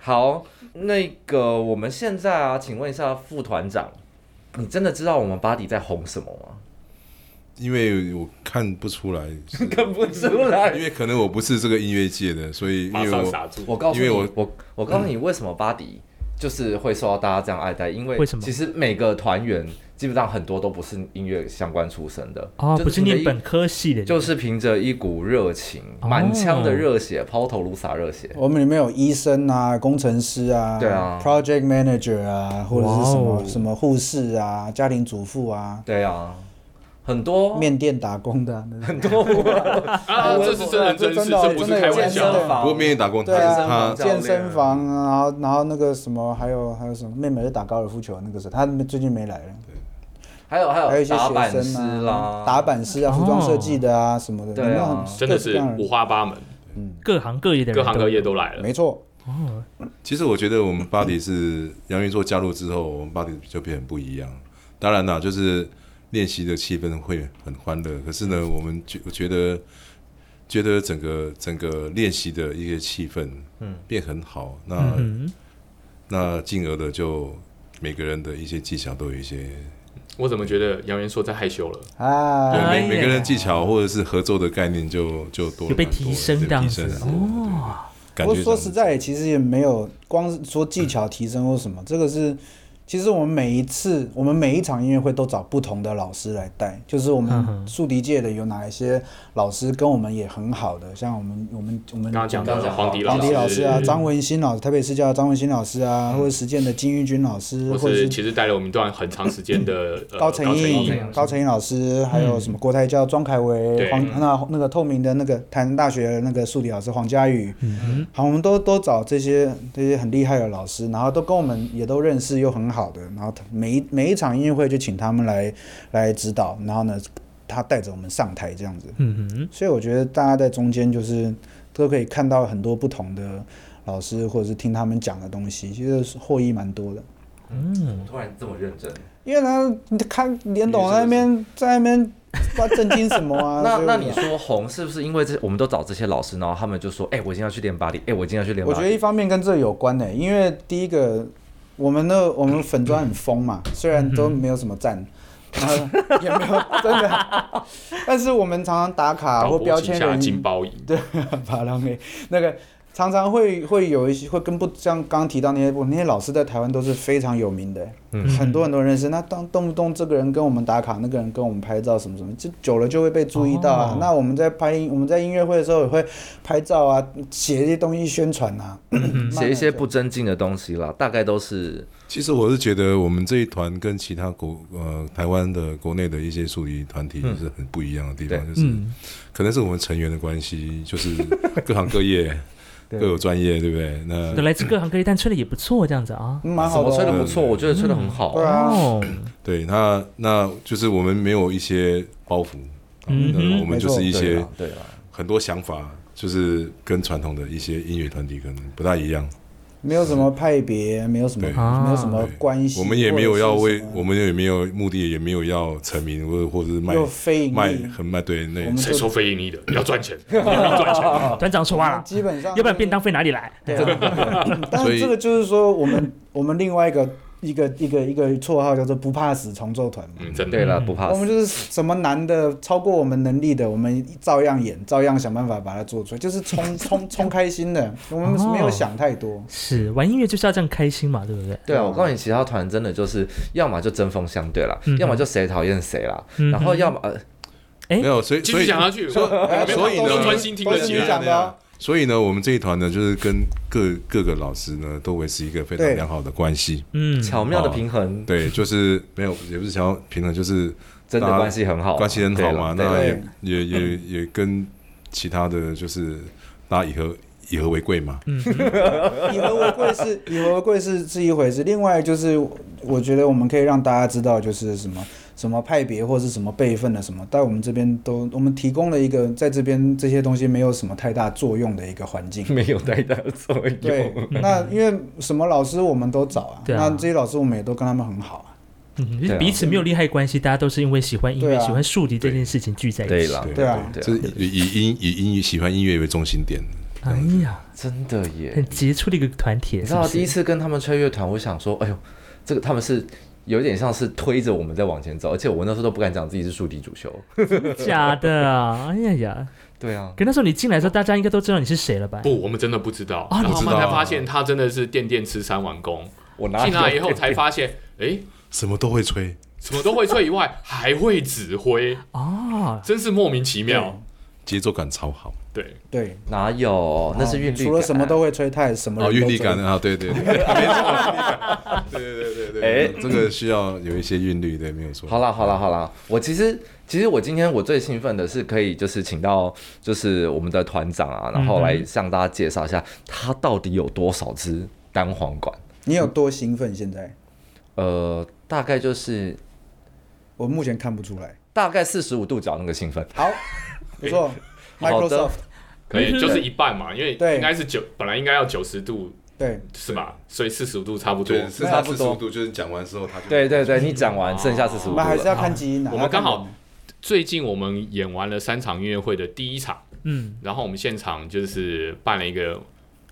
Speaker 3: 好，那个我们现在啊，请问一下副团长，你真的知道我们巴迪在红什么吗？
Speaker 2: 因为我看不出来，是
Speaker 3: 看不出来
Speaker 2: 因。为可能我不是这个音乐界的，所以因
Speaker 1: 马
Speaker 2: 为
Speaker 1: 上
Speaker 2: 我
Speaker 1: 傻住。
Speaker 3: 我告诉你，
Speaker 2: 因为
Speaker 3: 我
Speaker 2: 我
Speaker 3: 我我告诉你为什么巴迪就是会受到大家这样爱戴，因为
Speaker 5: 为什么
Speaker 3: 其实每个团员基本上很多都不是音乐相关出身的，
Speaker 5: 哦，
Speaker 3: 就
Speaker 5: 不是
Speaker 3: 凭着
Speaker 5: 念
Speaker 3: 一
Speaker 5: 本科系的人，
Speaker 3: 就是凭着一股热情，
Speaker 5: 哦
Speaker 3: 满腔的热血，抛头颅洒热血。
Speaker 4: 我们里面有医生啊、工程师啊、
Speaker 3: 对啊
Speaker 4: project manager 啊，或者是什么、
Speaker 5: 哇哦
Speaker 4: 什么护士啊、家庭主妇啊、
Speaker 3: 对啊，很多
Speaker 4: 面店打工的、啊，很多
Speaker 1: 啊，这是真人真事，
Speaker 4: 真的
Speaker 1: 这不是开玩
Speaker 3: 健
Speaker 1: 笑。
Speaker 3: 身
Speaker 4: 的
Speaker 3: 房，
Speaker 2: 不过面打工，
Speaker 4: 对
Speaker 2: 他，
Speaker 4: 啊
Speaker 3: 健身房教练
Speaker 4: 健身房啊，然后然后那个什么，还有还有什么，妹妹在打高尔夫球，那个时候她最近没来了。
Speaker 3: 还有还有
Speaker 4: 还有一些
Speaker 3: 打板
Speaker 4: 学
Speaker 3: 师
Speaker 4: 生
Speaker 3: 啦
Speaker 4: 啊，，打板师啊，服装设计的啊什么的，
Speaker 3: 对啊
Speaker 4: 有没有很
Speaker 1: 真的是
Speaker 4: 各式各样
Speaker 1: 五
Speaker 4: 人
Speaker 1: 花八门，
Speaker 5: 各行各业的人，
Speaker 1: 各行各业。都来了。
Speaker 4: 没错，
Speaker 5: 哦，
Speaker 2: 其实我觉得我们巴迪是杨云做加入之后，我们巴迪就变得不一样。当然啦，就是练习的气氛会很欢乐，可是呢，我们觉我觉得觉得整个整个练习的一些气氛，嗯，变很好。那、
Speaker 5: 嗯，
Speaker 2: 那进而的就每个人的一些技巧都有一些，
Speaker 1: 我怎么觉得杨元硕在害羞了？
Speaker 2: 对
Speaker 4: 啊，
Speaker 5: 哎呀
Speaker 2: 每每个人技巧或者是合作的概念就就多了
Speaker 5: 有被
Speaker 2: 蛮多
Speaker 5: 提
Speaker 2: 的
Speaker 5: 升
Speaker 2: 对
Speaker 5: 这样
Speaker 2: 提
Speaker 5: 子
Speaker 2: 升很多对对
Speaker 5: 哦，
Speaker 2: 对感
Speaker 4: 不过
Speaker 2: 觉
Speaker 4: 说
Speaker 2: 上
Speaker 4: 实在，也其实也没有光是说技巧提升或什么，这个是其实我们每一次我们每一场音乐会都找不同的老师来带，就是我
Speaker 5: 嗯
Speaker 4: 们
Speaker 5: 哼
Speaker 4: 竖笛界的有哪一些老师跟我们也很好的，像我们我们我们
Speaker 1: 刚刚讲
Speaker 3: 刚
Speaker 1: 的
Speaker 3: 刚讲
Speaker 1: 黄迪
Speaker 4: 王迪老师
Speaker 1: 师
Speaker 5: 嗯
Speaker 1: 嗯
Speaker 4: 啊，张文新老师，台北市教的张文新老师啊，或者实践的金玉君老师，
Speaker 1: 或
Speaker 4: 或者
Speaker 1: 是
Speaker 4: 是
Speaker 1: 其实带了我们一段很长时间的呃
Speaker 4: 高
Speaker 1: 成
Speaker 4: 成
Speaker 1: 毅
Speaker 4: 毅、高成毅老师，还有什么国台教庄凯维、
Speaker 1: 对
Speaker 5: 嗯
Speaker 4: 黄那那个透明的那个台南大学的那个数理老师黄佳宇，
Speaker 5: 嗯
Speaker 4: 好，我们都都找这些这些很厉害的老师，然后都跟我们也都认识又很好的，然后他每一每一场音乐会就请他们来来指导，然后呢，他带着我们上台这样子，
Speaker 5: 嗯哼，
Speaker 4: 所以我觉得大家在中间就是都可以看到很多不同的老师，或者是听他们讲的东西，其实是获益蛮多的。
Speaker 3: 我嗯突然这么认真。
Speaker 4: 因为他看连董在那边在那边不知道震惊什么啊。
Speaker 3: 那
Speaker 4: 所以
Speaker 3: 那
Speaker 4: 我
Speaker 3: 你说红是不是因为这我们都找这些老师，然后他们就说，哎、我今天要去练巴黎，哎、我今天要去练
Speaker 4: 我
Speaker 3: 巴
Speaker 4: 觉
Speaker 3: 黎。
Speaker 4: 得一方面跟这有关呢、因为第一个我们的我们粉砖很疯嘛，虽然都没有什么赞。
Speaker 3: 嗯
Speaker 4: 然后也没有真 的啊，但是我们常常打卡
Speaker 1: 导
Speaker 4: 啊或
Speaker 1: 播
Speaker 4: 标
Speaker 1: 旗
Speaker 4: 签
Speaker 1: 下
Speaker 4: 人
Speaker 1: 金包银，
Speaker 4: 对，把他们那个常常会 会有一些会跟不像刚刚提到那些部那些老师在台湾都是非常有名的，
Speaker 5: 嗯
Speaker 4: 很多很多人认识。那当动不动这个人跟我们打卡，那个人跟我们拍照什么什么，就久了就会被注意到啊。
Speaker 5: 哦
Speaker 4: 那我们在拍音我们在音乐会的时候也会拍照啊，写一些东西宣传啊，
Speaker 5: 嗯
Speaker 3: 写一些不真进的东西啦，大概都是
Speaker 2: 其实我是觉得我们这一团跟其他国呃台湾的国内的一些数理团体是很不一样的地方，就是、
Speaker 5: 嗯，
Speaker 2: 可能是我们成员的关系，就是各行各 业各有专业，对不对？
Speaker 5: 对，
Speaker 2: 那
Speaker 5: 来自各行各业，但吹的也不错，这样子啊。
Speaker 3: 怎
Speaker 4: 嗯蛮好
Speaker 3: 么
Speaker 4: 的
Speaker 3: 吹的
Speaker 4: 哦、
Speaker 3: 不错，我觉得吹的很好
Speaker 2: 嗯
Speaker 4: 对。啊
Speaker 5: 哦，
Speaker 2: 对那那就是我们没有一些包袱，啊
Speaker 5: 嗯哼
Speaker 2: 那我们就是一
Speaker 3: 对
Speaker 4: 啊
Speaker 2: 些
Speaker 3: 啦对啦，
Speaker 2: 很多想法，就是跟传统的一些音乐团体可能不大一样。
Speaker 4: 没有什么派别，没有什么
Speaker 2: 对
Speaker 4: 没有什么
Speaker 5: 啊
Speaker 2: 对
Speaker 4: 关系，
Speaker 2: 我们也没有要为
Speaker 4: 或者是什，么
Speaker 2: 我们也没有目的，也没有要成名或或者是卖
Speaker 4: 又非盈
Speaker 2: 卖
Speaker 4: 利。
Speaker 2: 很卖对那
Speaker 4: 我们
Speaker 1: 谁
Speaker 4: 就
Speaker 1: 收非盈利的？要赚 钱，你要赚钱。
Speaker 5: 团长说话了，
Speaker 4: 基本上
Speaker 5: 要不然便当费哪里来？
Speaker 4: 啊对 啊，但是这个就是说，我们 我们另外一个一个一个一个绰号叫做不怕死重奏团嘛。
Speaker 1: 嗯，真的。
Speaker 3: 对啦，
Speaker 5: 嗯
Speaker 3: 不怕
Speaker 4: 我们
Speaker 3: 死。
Speaker 4: 就是什么难的超过我们能力的，我们照样演，照样想办法把它做出来，就 是冲冲冲开心
Speaker 3: 哦
Speaker 4: 的。我们没有想太多，
Speaker 5: 是玩音乐就是要这样开心嘛，对不对？
Speaker 3: 对啊，我告诉你，其他团真的就是，要么就针锋相对啦，
Speaker 5: 嗯哼
Speaker 3: 要么就谁讨厌谁啦，
Speaker 5: 嗯哼
Speaker 3: 然后要么呃
Speaker 5: 哎
Speaker 2: 没有，所以
Speaker 1: 继
Speaker 2: 所以
Speaker 1: 续讲啊下去，
Speaker 2: 所以
Speaker 1: 我
Speaker 2: 所以呢
Speaker 1: 都专心听啊
Speaker 4: 都
Speaker 1: 得
Speaker 4: 是
Speaker 1: 起
Speaker 4: 你
Speaker 1: 来。
Speaker 4: 讲的哦，
Speaker 2: 所以呢，我们这一团呢，就是跟各各个老师呢，都维持一个非常
Speaker 4: 对
Speaker 2: 良好的关系。
Speaker 5: 嗯，
Speaker 3: 巧妙的平衡，
Speaker 2: 对，就是没有，也不是想要平衡，就是
Speaker 3: 真的
Speaker 2: 大家
Speaker 3: 关系很好啊，
Speaker 2: 关系很好嘛。
Speaker 3: 对啦
Speaker 2: 那
Speaker 3: 对啦。
Speaker 2: 也也也也跟其他的就是大家以和以和为贵嘛。
Speaker 4: 嗯以和为贵是 以和为贵是是一回事，另外就是我觉得我们可以让大家知道，就是什么什么派别或是什么辈分的什么，但我们这边都我们提供了一个在这边这些东西没有什么太大作用的一个环境
Speaker 3: 没有太大的作
Speaker 4: 对
Speaker 3: 用。，
Speaker 4: 那因为什么老师我们都找啊，
Speaker 5: 对啊
Speaker 4: 那这些老师我们也都跟他们很好啊。
Speaker 5: 嗯，就
Speaker 3: 对
Speaker 5: 是
Speaker 3: 啊
Speaker 5: 彼此没有利害关系，大家都是因为喜欢音乐、
Speaker 4: 对啊
Speaker 5: 喜欢竖笛这件事情聚在一起。
Speaker 3: 对啦，
Speaker 4: 对啊
Speaker 3: 对
Speaker 2: 就是以以音以音乐喜欢音乐为中心点。
Speaker 5: 哎呀，
Speaker 3: 真的耶
Speaker 5: 很！杰出的一个团体，
Speaker 3: 你知
Speaker 5: 是不
Speaker 3: 道
Speaker 5: 是
Speaker 3: 第一次跟他们吹乐团，我想说，哎呦，这个他们是有点像是推着我们在往前走，而且我那时候都不敢讲自己是竖笛主修。
Speaker 5: 假的啊，哎呀呀！
Speaker 3: 对啊，
Speaker 5: 可那时候你进来的时候，大家应该都知道你是谁了吧？
Speaker 1: 不，我们真的不知道。
Speaker 5: 啊
Speaker 1: 然
Speaker 5: 你
Speaker 1: 后
Speaker 2: 知
Speaker 1: 慢
Speaker 2: 道
Speaker 1: 才
Speaker 2: 啊
Speaker 1: 发现他真的是垫垫吃三碗
Speaker 2: 哦
Speaker 1: 公。
Speaker 3: 我拿
Speaker 1: 进来以后才发现，哎，
Speaker 2: 什么都会吹，
Speaker 1: 什么都会吹以外，还会指挥，
Speaker 5: 哦，
Speaker 1: 真是莫名其妙。
Speaker 2: 节奏感超好，
Speaker 1: 对，
Speaker 4: 对，哦
Speaker 3: 哪有？那是韵律感，啊
Speaker 4: 除了什么都会吹，他也什么
Speaker 2: 哦，
Speaker 4: 人
Speaker 2: 韵
Speaker 4: 都
Speaker 2: 律
Speaker 4: 吹
Speaker 2: 感啊，对对对，没错，对对对对对，这个需要有一些韵律，对，没有错。
Speaker 3: 好啦，好啦，好啦！我其实，其实我今天我最兴奋的是可以就是请到就是我们的团长啊，然
Speaker 2: 嗯
Speaker 3: 后来向大家介绍一下他到底有多少支单簧管。
Speaker 4: 你有多兴奋？现在
Speaker 3: 呃，大概就是
Speaker 4: 我目前看不出来。
Speaker 3: 大概四十五度角那个兴奋。
Speaker 4: 好，不错
Speaker 3: 好的
Speaker 4: ，Microsoft，
Speaker 1: 可以就是一半嘛，因为
Speaker 4: 对
Speaker 1: 应该是九，本来应该要九十度
Speaker 4: 对，
Speaker 1: 是吧？所以四十度差不多
Speaker 2: 对，。是
Speaker 3: 差
Speaker 2: 他
Speaker 3: 不
Speaker 2: 四
Speaker 3: 多
Speaker 2: 十五度，就是讲完之后他就
Speaker 3: 对对对，你讲完剩下四十五度
Speaker 4: 我们还是
Speaker 3: 了。
Speaker 4: 要看基因的。
Speaker 1: 我们刚好最近我们演完了三场音乐会的第一场，
Speaker 5: 嗯，
Speaker 1: 然后我们现场就是办了一个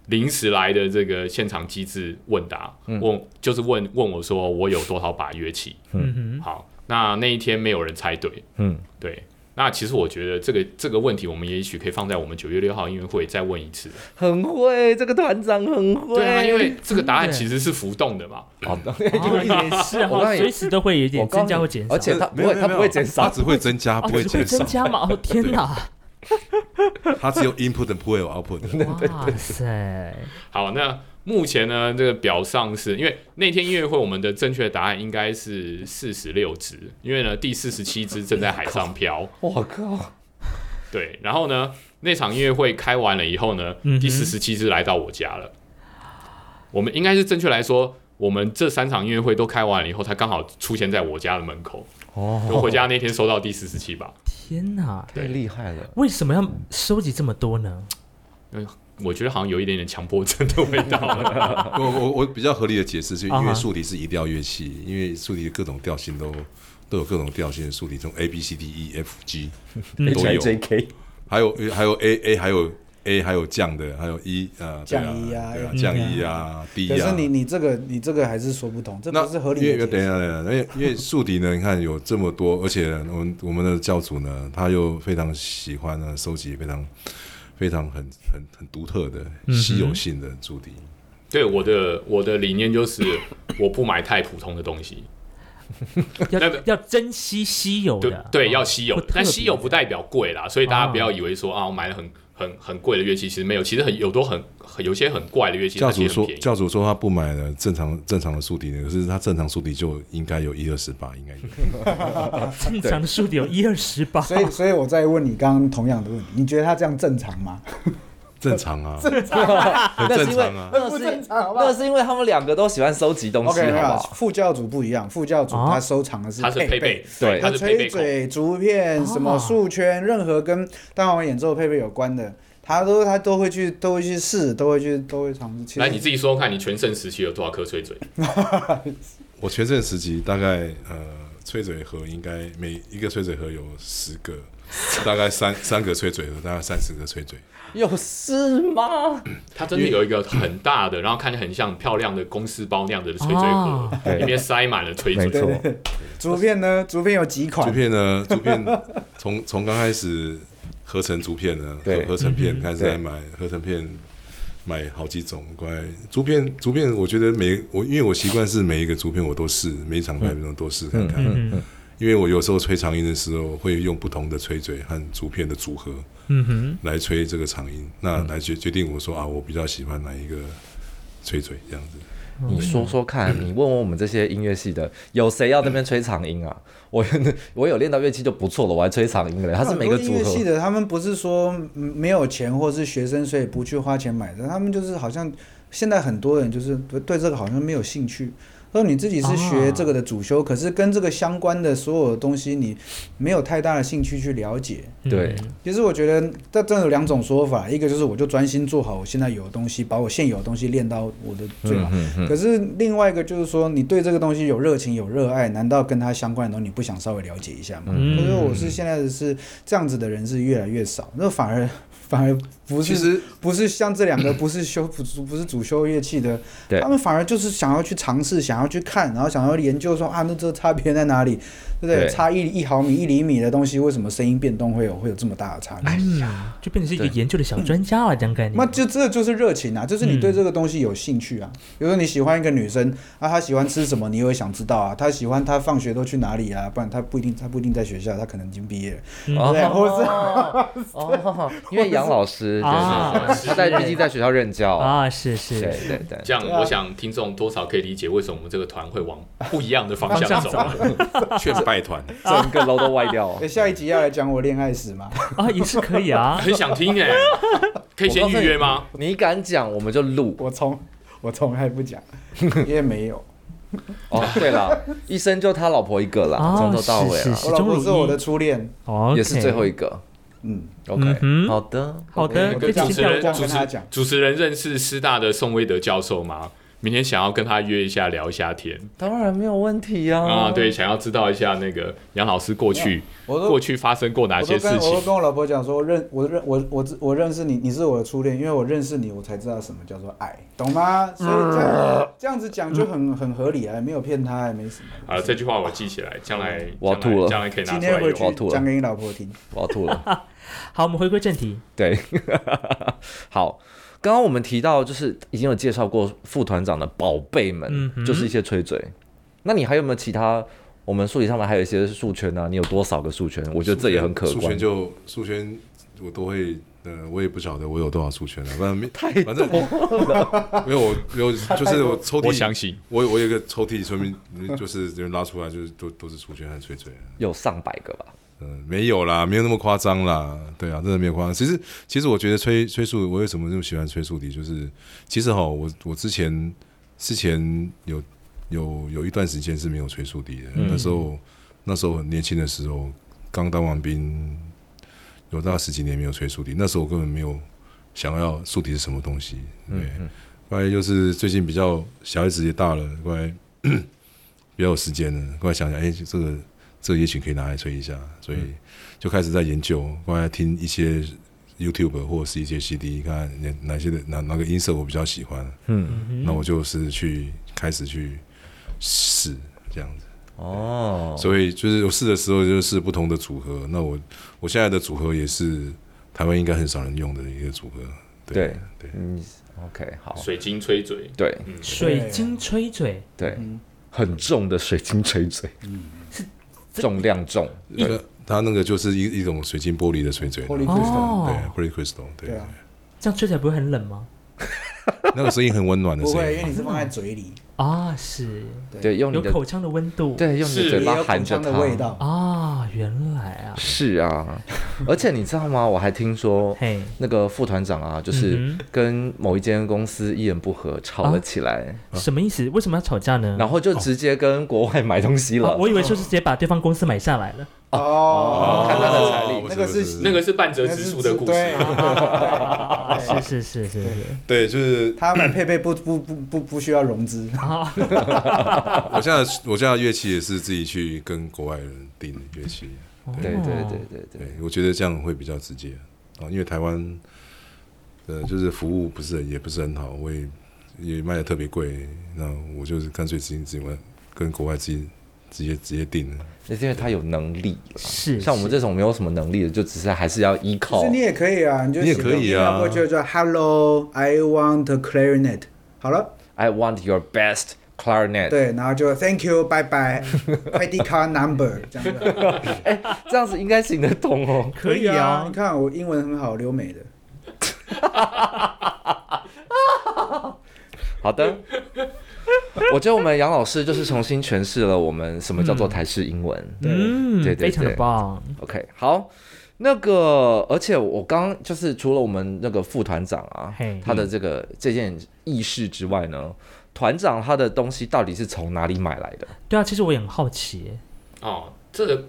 Speaker 1: 临时来的这个现场机制问答，问就是问问我说我有多少把乐器？
Speaker 5: 嗯
Speaker 1: 好，那那一天没有人猜对，
Speaker 3: 嗯，
Speaker 1: 对。那其实我觉得这个这个问题，我们也许可以放在我们九月六号音乐会再问一次。
Speaker 3: 很会，这个团长很会。
Speaker 1: 对啊，因为这个答案
Speaker 5: 对
Speaker 1: 其实是浮动的嘛。
Speaker 3: 好的，
Speaker 5: 哼，也哦 是
Speaker 3: 我告诉
Speaker 5: 哈，
Speaker 3: 你
Speaker 5: 随时都会有
Speaker 3: 我
Speaker 5: 点
Speaker 3: 告诉
Speaker 5: 增
Speaker 3: 你
Speaker 5: 加或减少，
Speaker 3: 而且他不
Speaker 2: 没有
Speaker 3: 会，
Speaker 2: 没有
Speaker 3: 他不会
Speaker 2: 没有
Speaker 3: 减
Speaker 2: 它
Speaker 3: 少。
Speaker 2: 只会增加，
Speaker 5: 啊，
Speaker 2: 不
Speaker 5: 只
Speaker 2: 减
Speaker 5: 会
Speaker 2: 少
Speaker 5: 增。加嘛？哦，天哪！
Speaker 2: 它只有 input 不会有 output。
Speaker 5: 哇塞，
Speaker 1: 好，那目前呢，这个表上是因为那天音乐会，我们的正确答案应该是四十六支，因为呢第四十七支正在海上漂。
Speaker 3: 我靠！
Speaker 1: 对，然后呢，那场音乐会开完了以后呢，
Speaker 5: 嗯哼
Speaker 1: 第四十七支来到我家了。我们应该是正确来说，我们这三场音乐会都开完了以后，他刚好出现在我家的门口。我
Speaker 3: 哦，
Speaker 1: 回家那天收到第四十七把，
Speaker 5: 天哪！
Speaker 3: 太厉害了。
Speaker 5: 为什么要收集这么多呢？
Speaker 1: 嗯我觉得好像有一点点强迫症的味道。
Speaker 2: 我我我比较合理的解释是，
Speaker 5: 啊
Speaker 2: 因
Speaker 5: 哈
Speaker 2: 为竖笛是一调乐器，因为竖笛的各种调性都都有各种调性的竖笛，从 A B C D E F G
Speaker 5: 嗯
Speaker 2: 都
Speaker 3: H I
Speaker 2: 有，
Speaker 3: J K，
Speaker 2: 还有还有 A A 还有 A 还有降的，还有 E 啊对
Speaker 4: 降 E 啊
Speaker 2: 对啊
Speaker 4: 嗯
Speaker 2: 降 E 啊 D
Speaker 4: 可
Speaker 2: 啊。
Speaker 4: 是你你这个你这个还是说不通，这
Speaker 2: 那
Speaker 4: 不是合理
Speaker 2: 因为
Speaker 4: 的
Speaker 2: 等一
Speaker 4: 解释。
Speaker 2: 下，等一下，因为因为宿敌呢，你看有这么多，而且呢我们我们的教主呢，他又非常喜欢呢收集非常非常很很很独特的
Speaker 5: 嗯哼
Speaker 2: 稀有性的驻地。
Speaker 1: 对我的我的理念就是，我不买太普通的东西，那
Speaker 5: 要
Speaker 1: 个
Speaker 5: 要珍惜稀有
Speaker 1: 对
Speaker 5: 的，
Speaker 1: 对，
Speaker 5: 哦
Speaker 1: 要稀有
Speaker 5: 会特，
Speaker 1: 但
Speaker 5: 别
Speaker 1: 稀有不代表贵啦，所以大家
Speaker 5: 哦
Speaker 1: 不要以为说啊，我买了很很很贵的乐器，其实没有，其实很有多很很有些很怪的乐器，
Speaker 2: 教
Speaker 1: 它其实
Speaker 2: 主
Speaker 1: 很
Speaker 2: 说，
Speaker 1: 便宜。
Speaker 2: 教主说他不买了正常正常的宿敌，可是他正常宿敌就应该有一二十把，应该有。
Speaker 5: 正常的数得有一二十八，
Speaker 4: 所以，所以我再问你刚刚同样的问题，你觉得他这样正常吗？
Speaker 2: 正常啊， 很
Speaker 3: 那是
Speaker 2: 正
Speaker 3: 因为
Speaker 2: 常啊。
Speaker 3: 那
Speaker 4: 不
Speaker 3: 是
Speaker 4: 正常好不好
Speaker 3: 那是因为他们两个都喜欢收集东西，
Speaker 4: OK，
Speaker 3: 好
Speaker 4: 没有
Speaker 3: 不好？
Speaker 4: 副教主不一样，副教主
Speaker 5: 哦
Speaker 2: 啊
Speaker 4: 他收藏的是
Speaker 1: 它是配备
Speaker 4: 备，，
Speaker 3: 对
Speaker 1: 它
Speaker 4: 他
Speaker 1: 是配备
Speaker 4: 吹
Speaker 1: 控。
Speaker 4: 嘴、竹片、什么
Speaker 5: 哦
Speaker 4: 束圈，任何跟单簧演奏配备有关的，他都他都会去都会去试，都会去都会尝试。其实
Speaker 1: 来，你自己说说看，你全盛时期有多少颗吹嘴？
Speaker 2: 我全盛时期大概呃，吹嘴盒应该每一个吹嘴盒有十个，大概三三个吹嘴盒，大概三十个吹嘴。
Speaker 3: 有事吗？
Speaker 1: 它真的有一个很大的，然后看起来很像漂亮的公司包那样的吹嘴盒
Speaker 5: 哦，
Speaker 3: 对
Speaker 1: 里面塞满了吹
Speaker 3: 没
Speaker 1: 嘴。
Speaker 3: 错，
Speaker 4: 竹片呢？竹片有几
Speaker 2: 竹
Speaker 4: 款？
Speaker 2: 片呢， 竹片从从刚开始合成竹片呢，
Speaker 3: 对
Speaker 2: 合合成片
Speaker 5: 嗯哼
Speaker 2: 开始在买合成片，买好几种。乖，竹片竹片，我觉得每我因为我习惯是每一个竹片我都试，每一场拍片都试看看。
Speaker 5: 嗯哼
Speaker 2: 因为我有时候吹长音的时候，会用不同的吹嘴和竹片的组合
Speaker 5: 嗯哼，
Speaker 2: 来吹这个长音，
Speaker 5: 嗯
Speaker 2: 那来决决定我说啊，我比较喜欢哪一个吹嘴这样子。
Speaker 3: 你说说看，你问问我们这些音乐系的，有谁要那边吹长音啊？我我有练到乐器就不错了，我还吹长音了。他是每个
Speaker 4: 很
Speaker 3: 组
Speaker 4: 多音乐系
Speaker 3: 合，
Speaker 4: 的，他们不是说嗯没有钱或是学生，所以不去花钱买的，他们就是好像现在很多人就是对对这个好像没有兴趣。说你自己是学这个的主修，可是跟这个相关的所有的东西，你没有太大的兴趣去了解。
Speaker 3: 对
Speaker 5: 嗯
Speaker 4: 其实我觉得这真的有两种说法，一个就是我就专心做好我现在有的东西，把我现有的东西练到我的最好。
Speaker 3: 嗯嗯
Speaker 4: 可是另外一个就是说，你对这个东西有热情、有热爱，难道跟它相关的东西你不想稍微了解一下吗？
Speaker 5: 嗯
Speaker 4: 可是我是现在的是这样子的人是越来越少，那反而反而不
Speaker 2: 其
Speaker 4: 是
Speaker 2: 实
Speaker 4: 不是像这两个不是修不不是主修乐器的，
Speaker 3: 对
Speaker 4: 他们反而就是想要去尝试，想要去看，然后想要研究说啊，那这差别在哪里，对不对？
Speaker 3: 对
Speaker 4: 差一一毫米、一厘米的东西，为什么声音变动会有会有这么大的差别？
Speaker 5: 哎呀，嗯就变成是一个研究的小专家了，这样概
Speaker 4: 哎那
Speaker 5: 念。
Speaker 4: 就这就是热情啊，就是你对这个东西有兴趣啊。比如说你喜欢一个女生啊，她喜欢吃什么，你也会想知道啊。她喜欢她放学都去哪里啊？不然她不一定，她不一定在学校，她可能已经毕业了。
Speaker 3: 哦
Speaker 4: 对或是
Speaker 3: 哦，因为杨老师，对
Speaker 5: 啊
Speaker 3: 对对，他在毕竟在学校任教，
Speaker 5: 啊，是
Speaker 3: 对
Speaker 5: 是，
Speaker 3: 对对，
Speaker 1: 这样
Speaker 4: 对，啊
Speaker 1: 我想听众多少可以理解为什么我们这个团会往不一样的方
Speaker 5: 方
Speaker 1: 向
Speaker 5: 向
Speaker 1: 走。啊
Speaker 2: 劝败团，
Speaker 3: 整个楼都歪掉。
Speaker 4: 诶欸下一集要来讲我恋爱史吗？
Speaker 5: 啊，也是可以啊。
Speaker 1: 很想听哎，可以先预约吗？
Speaker 3: 你敢讲，我们就录。
Speaker 4: 我从我从来不讲，因为 没有。
Speaker 3: 哦，对了，医生就他老婆一个啦，
Speaker 5: 哦
Speaker 3: 从头到尾
Speaker 5: 是
Speaker 3: 啦
Speaker 5: 是，
Speaker 4: 我老婆是我的初恋，
Speaker 5: 哦，
Speaker 3: 也是最后一
Speaker 5: 个。
Speaker 3: 个。
Speaker 4: 嗯，
Speaker 3: OK，
Speaker 5: 嗯哼
Speaker 3: 好的，
Speaker 5: 好的
Speaker 4: 我
Speaker 1: 跟
Speaker 4: 就这样
Speaker 1: 主持人
Speaker 4: 这样
Speaker 1: 主
Speaker 4: 跟
Speaker 1: 持
Speaker 4: 他讲。
Speaker 1: 主持人认识师大的宋威德教授吗？明天想要跟他约一下聊一下天
Speaker 3: 当然没有问题
Speaker 4: 哦
Speaker 3: 啊。
Speaker 1: 啊，对，，想要知道一下那个杨老师过去
Speaker 4: 我都
Speaker 1: 过去发生过哪
Speaker 4: 我
Speaker 1: 些
Speaker 4: 都跟
Speaker 1: 事
Speaker 4: 我都
Speaker 1: 情。
Speaker 4: 跟我老婆讲说，认我认我我知我认识你，你是我的初恋，因为我认识你，我才知道什么叫做爱，懂吗？所以这样
Speaker 1: 嗯
Speaker 4: 这样子讲就很很合理啊，没有骗她，也没什么。
Speaker 1: 啊，这句话我记起来，将来
Speaker 3: 我
Speaker 1: 将来
Speaker 3: 要吐了
Speaker 1: 将来可以拿
Speaker 4: 今
Speaker 1: 出来
Speaker 4: 天回
Speaker 1: 用。
Speaker 4: 去
Speaker 3: 我吐了
Speaker 4: 讲给你老婆听。
Speaker 3: 我要吐了。
Speaker 5: 好，我们回归正题。
Speaker 3: 对， 好，刚刚我们提到就是已经有介绍过副团长的宝贝们，
Speaker 5: 嗯哼
Speaker 3: 就是一些吹嘴。那你还有没有其他？我们数理上面还有一些数圈呢、啊，你有多少个数圈？我觉得这也很可
Speaker 2: 数
Speaker 3: 观
Speaker 2: 圈。就数圈，我都会，呃，我也不晓得我有多少数圈了，反正没，
Speaker 3: 太
Speaker 2: 反正没有我没有，就是我抽屉，
Speaker 1: 我相信
Speaker 2: 我我有一个抽屉，说明就是就拉出来，就是都都是数圈和吹嘴。
Speaker 3: 有上百个吧？
Speaker 2: 嗯，没有啦，没有那么夸张啦，对啊，真的没有夸张。其实，其实我觉得吹吹竖，我为什么那么喜欢吹竖笛，就是其实哈，我我之前之前有有有一段时间是没有吹竖笛的，那时候那时候很年轻的时候，刚当完兵，有大概十几年没有吹竖笛，那时候我根本没有想要竖笛是什么东西，对。后来就是最近比较小孩子也大了，后来比较有时间了，后来想想，哎、这个这个也许可以拿来吹一下，所以
Speaker 3: 嗯
Speaker 2: 就开始在研究，后来听一些 YouTube 或者是一些 CD，看哪哪些的哪哪个音色我比较喜欢，
Speaker 3: 嗯，
Speaker 2: 那、我就是去开始去试这样子。
Speaker 3: 哦，
Speaker 2: 所以就是我试的时候就是不同的组合。那我我现在的组合也是台湾应该很少人用的一个组合。
Speaker 3: 对
Speaker 2: 对，
Speaker 3: 嗯，OK，好，
Speaker 1: 水晶吹嘴，
Speaker 3: 对
Speaker 5: 水晶吹嘴，
Speaker 3: 对，很重的水晶锤嘴，重量重，
Speaker 2: 那个它那个就是一一种水晶玻璃的水嘴，
Speaker 4: Holy
Speaker 2: 对
Speaker 4: crystal，
Speaker 2: ，Holy crystal，对
Speaker 4: 对，啊，
Speaker 5: 这样吹起来不会很冷吗？
Speaker 2: 那个声音很温暖的
Speaker 4: 不
Speaker 2: 声
Speaker 4: 会，
Speaker 2: 音
Speaker 4: 因为。你是放在 嘴里，
Speaker 5: 啊，是
Speaker 3: 对，用你
Speaker 5: 有
Speaker 3: 的
Speaker 5: 口腔的温度。
Speaker 3: 对，用你的
Speaker 1: 是
Speaker 3: 嘴
Speaker 4: 也
Speaker 3: 巴
Speaker 4: 有
Speaker 3: 含
Speaker 4: 口
Speaker 3: 着
Speaker 4: 腔
Speaker 3: 它
Speaker 4: 的味道。
Speaker 5: 啊，原来啊，
Speaker 3: 是啊， 而且你知道吗？我还听说
Speaker 5: 嘿，
Speaker 3: 那个副团长啊，就是
Speaker 5: 嗯哼
Speaker 3: 跟某一间公司一言不合吵了
Speaker 5: 啊
Speaker 3: 起来，
Speaker 5: 什么意思？为什么要吵架呢？
Speaker 3: 然后就直接跟国外买东西
Speaker 5: 啊
Speaker 3: 了。
Speaker 5: 我以为就是直接把对方公司买下来了。
Speaker 4: 哦，
Speaker 3: 看他的财
Speaker 2: 哦
Speaker 3: 力
Speaker 2: 不
Speaker 4: 那个
Speaker 2: 不
Speaker 4: 是
Speaker 2: 不
Speaker 1: 那个是半折之术的故
Speaker 4: 对
Speaker 1: 事。
Speaker 5: 啊，是是是是是
Speaker 2: 对， 就是
Speaker 4: 他买配备不不不不不需要融资，
Speaker 5: 啊，
Speaker 2: 我现在我现在乐器也是自己去跟国外人订乐器。
Speaker 3: 对对对
Speaker 5: 哦
Speaker 3: 对对
Speaker 2: 对，我觉得这样会比较直接啊，因为台湾呃就是服务不是很也不是很好，我也也卖的特别贵，那我就是干脆直接直接跟国外直接直接直接订了。
Speaker 3: 那是因为他有能力啦
Speaker 5: 是
Speaker 3: 像我们这种没有什么能力的，就只是还是要依
Speaker 4: 其
Speaker 3: 靠
Speaker 4: 实。你也可以啊，你就
Speaker 2: 你也可以啊
Speaker 4: 过去就 Hello I want a clarinet，好了，
Speaker 3: I want your best clarinet。
Speaker 4: 对，然后就 Thank you，拜拜，credit card number 这样子，
Speaker 3: 这样子应该行得通哦。
Speaker 5: 可以
Speaker 4: 啊，
Speaker 5: 啊
Speaker 4: 你，看我英文很好，留美的，
Speaker 3: 好 的，我觉得我们杨老师就是重新诠释了我们什么叫做台式英文。
Speaker 5: 嗯，
Speaker 3: 对对对
Speaker 5: 非常的棒。
Speaker 3: OK，好，那个，而且我刚刚就是除了我们那个副团长啊
Speaker 5: 嘿，
Speaker 3: 他的这个这件意识之外呢，团长他的东西到底是从哪里买来的？
Speaker 5: 对啊，其实我也很好奇，
Speaker 1: 哦，这个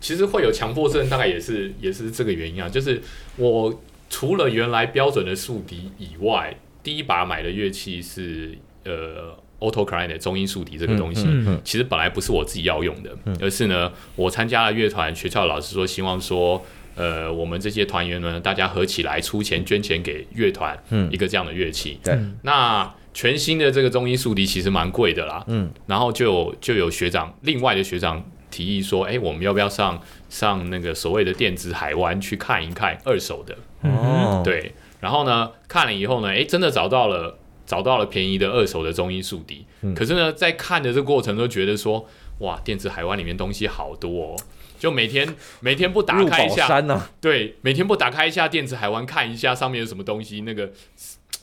Speaker 1: 其实会有强迫症，大概也是也是这个原因啊。就是我除了原来标准的竖笛以外，第一把买的乐器是呃 Auto c l i n 的中音竖笛这个东西。
Speaker 5: 嗯
Speaker 1: 其实本来不是我自己要用的，而是呢，我参加了乐团，学校老师说希望说，呃，我们这些团员呢，大家合起来出钱捐钱给乐团，
Speaker 3: 嗯
Speaker 1: 一个这样的乐器。
Speaker 3: 对
Speaker 1: 那全新的这个中音竖笛其实蛮贵的啦，
Speaker 3: 嗯，
Speaker 1: 然后就有就有学长，另外的学长提议说，哎，我们要不要上上那个所谓的电子海湾去看一看二手的？
Speaker 3: 哦，
Speaker 1: 对，然后呢，看了以后呢，哎，真的找到了，找到了便宜的二手的中音竖笛。
Speaker 3: 嗯
Speaker 1: 可是呢，在看的这过程都觉得说，哇，电子海湾里面东西好多哦，就每天每天不打
Speaker 3: 入
Speaker 1: 开
Speaker 3: 宝
Speaker 1: 一下，
Speaker 3: 山啊呢、
Speaker 1: 对，每天不打开一下电子海湾看一下上面有什么东西，那个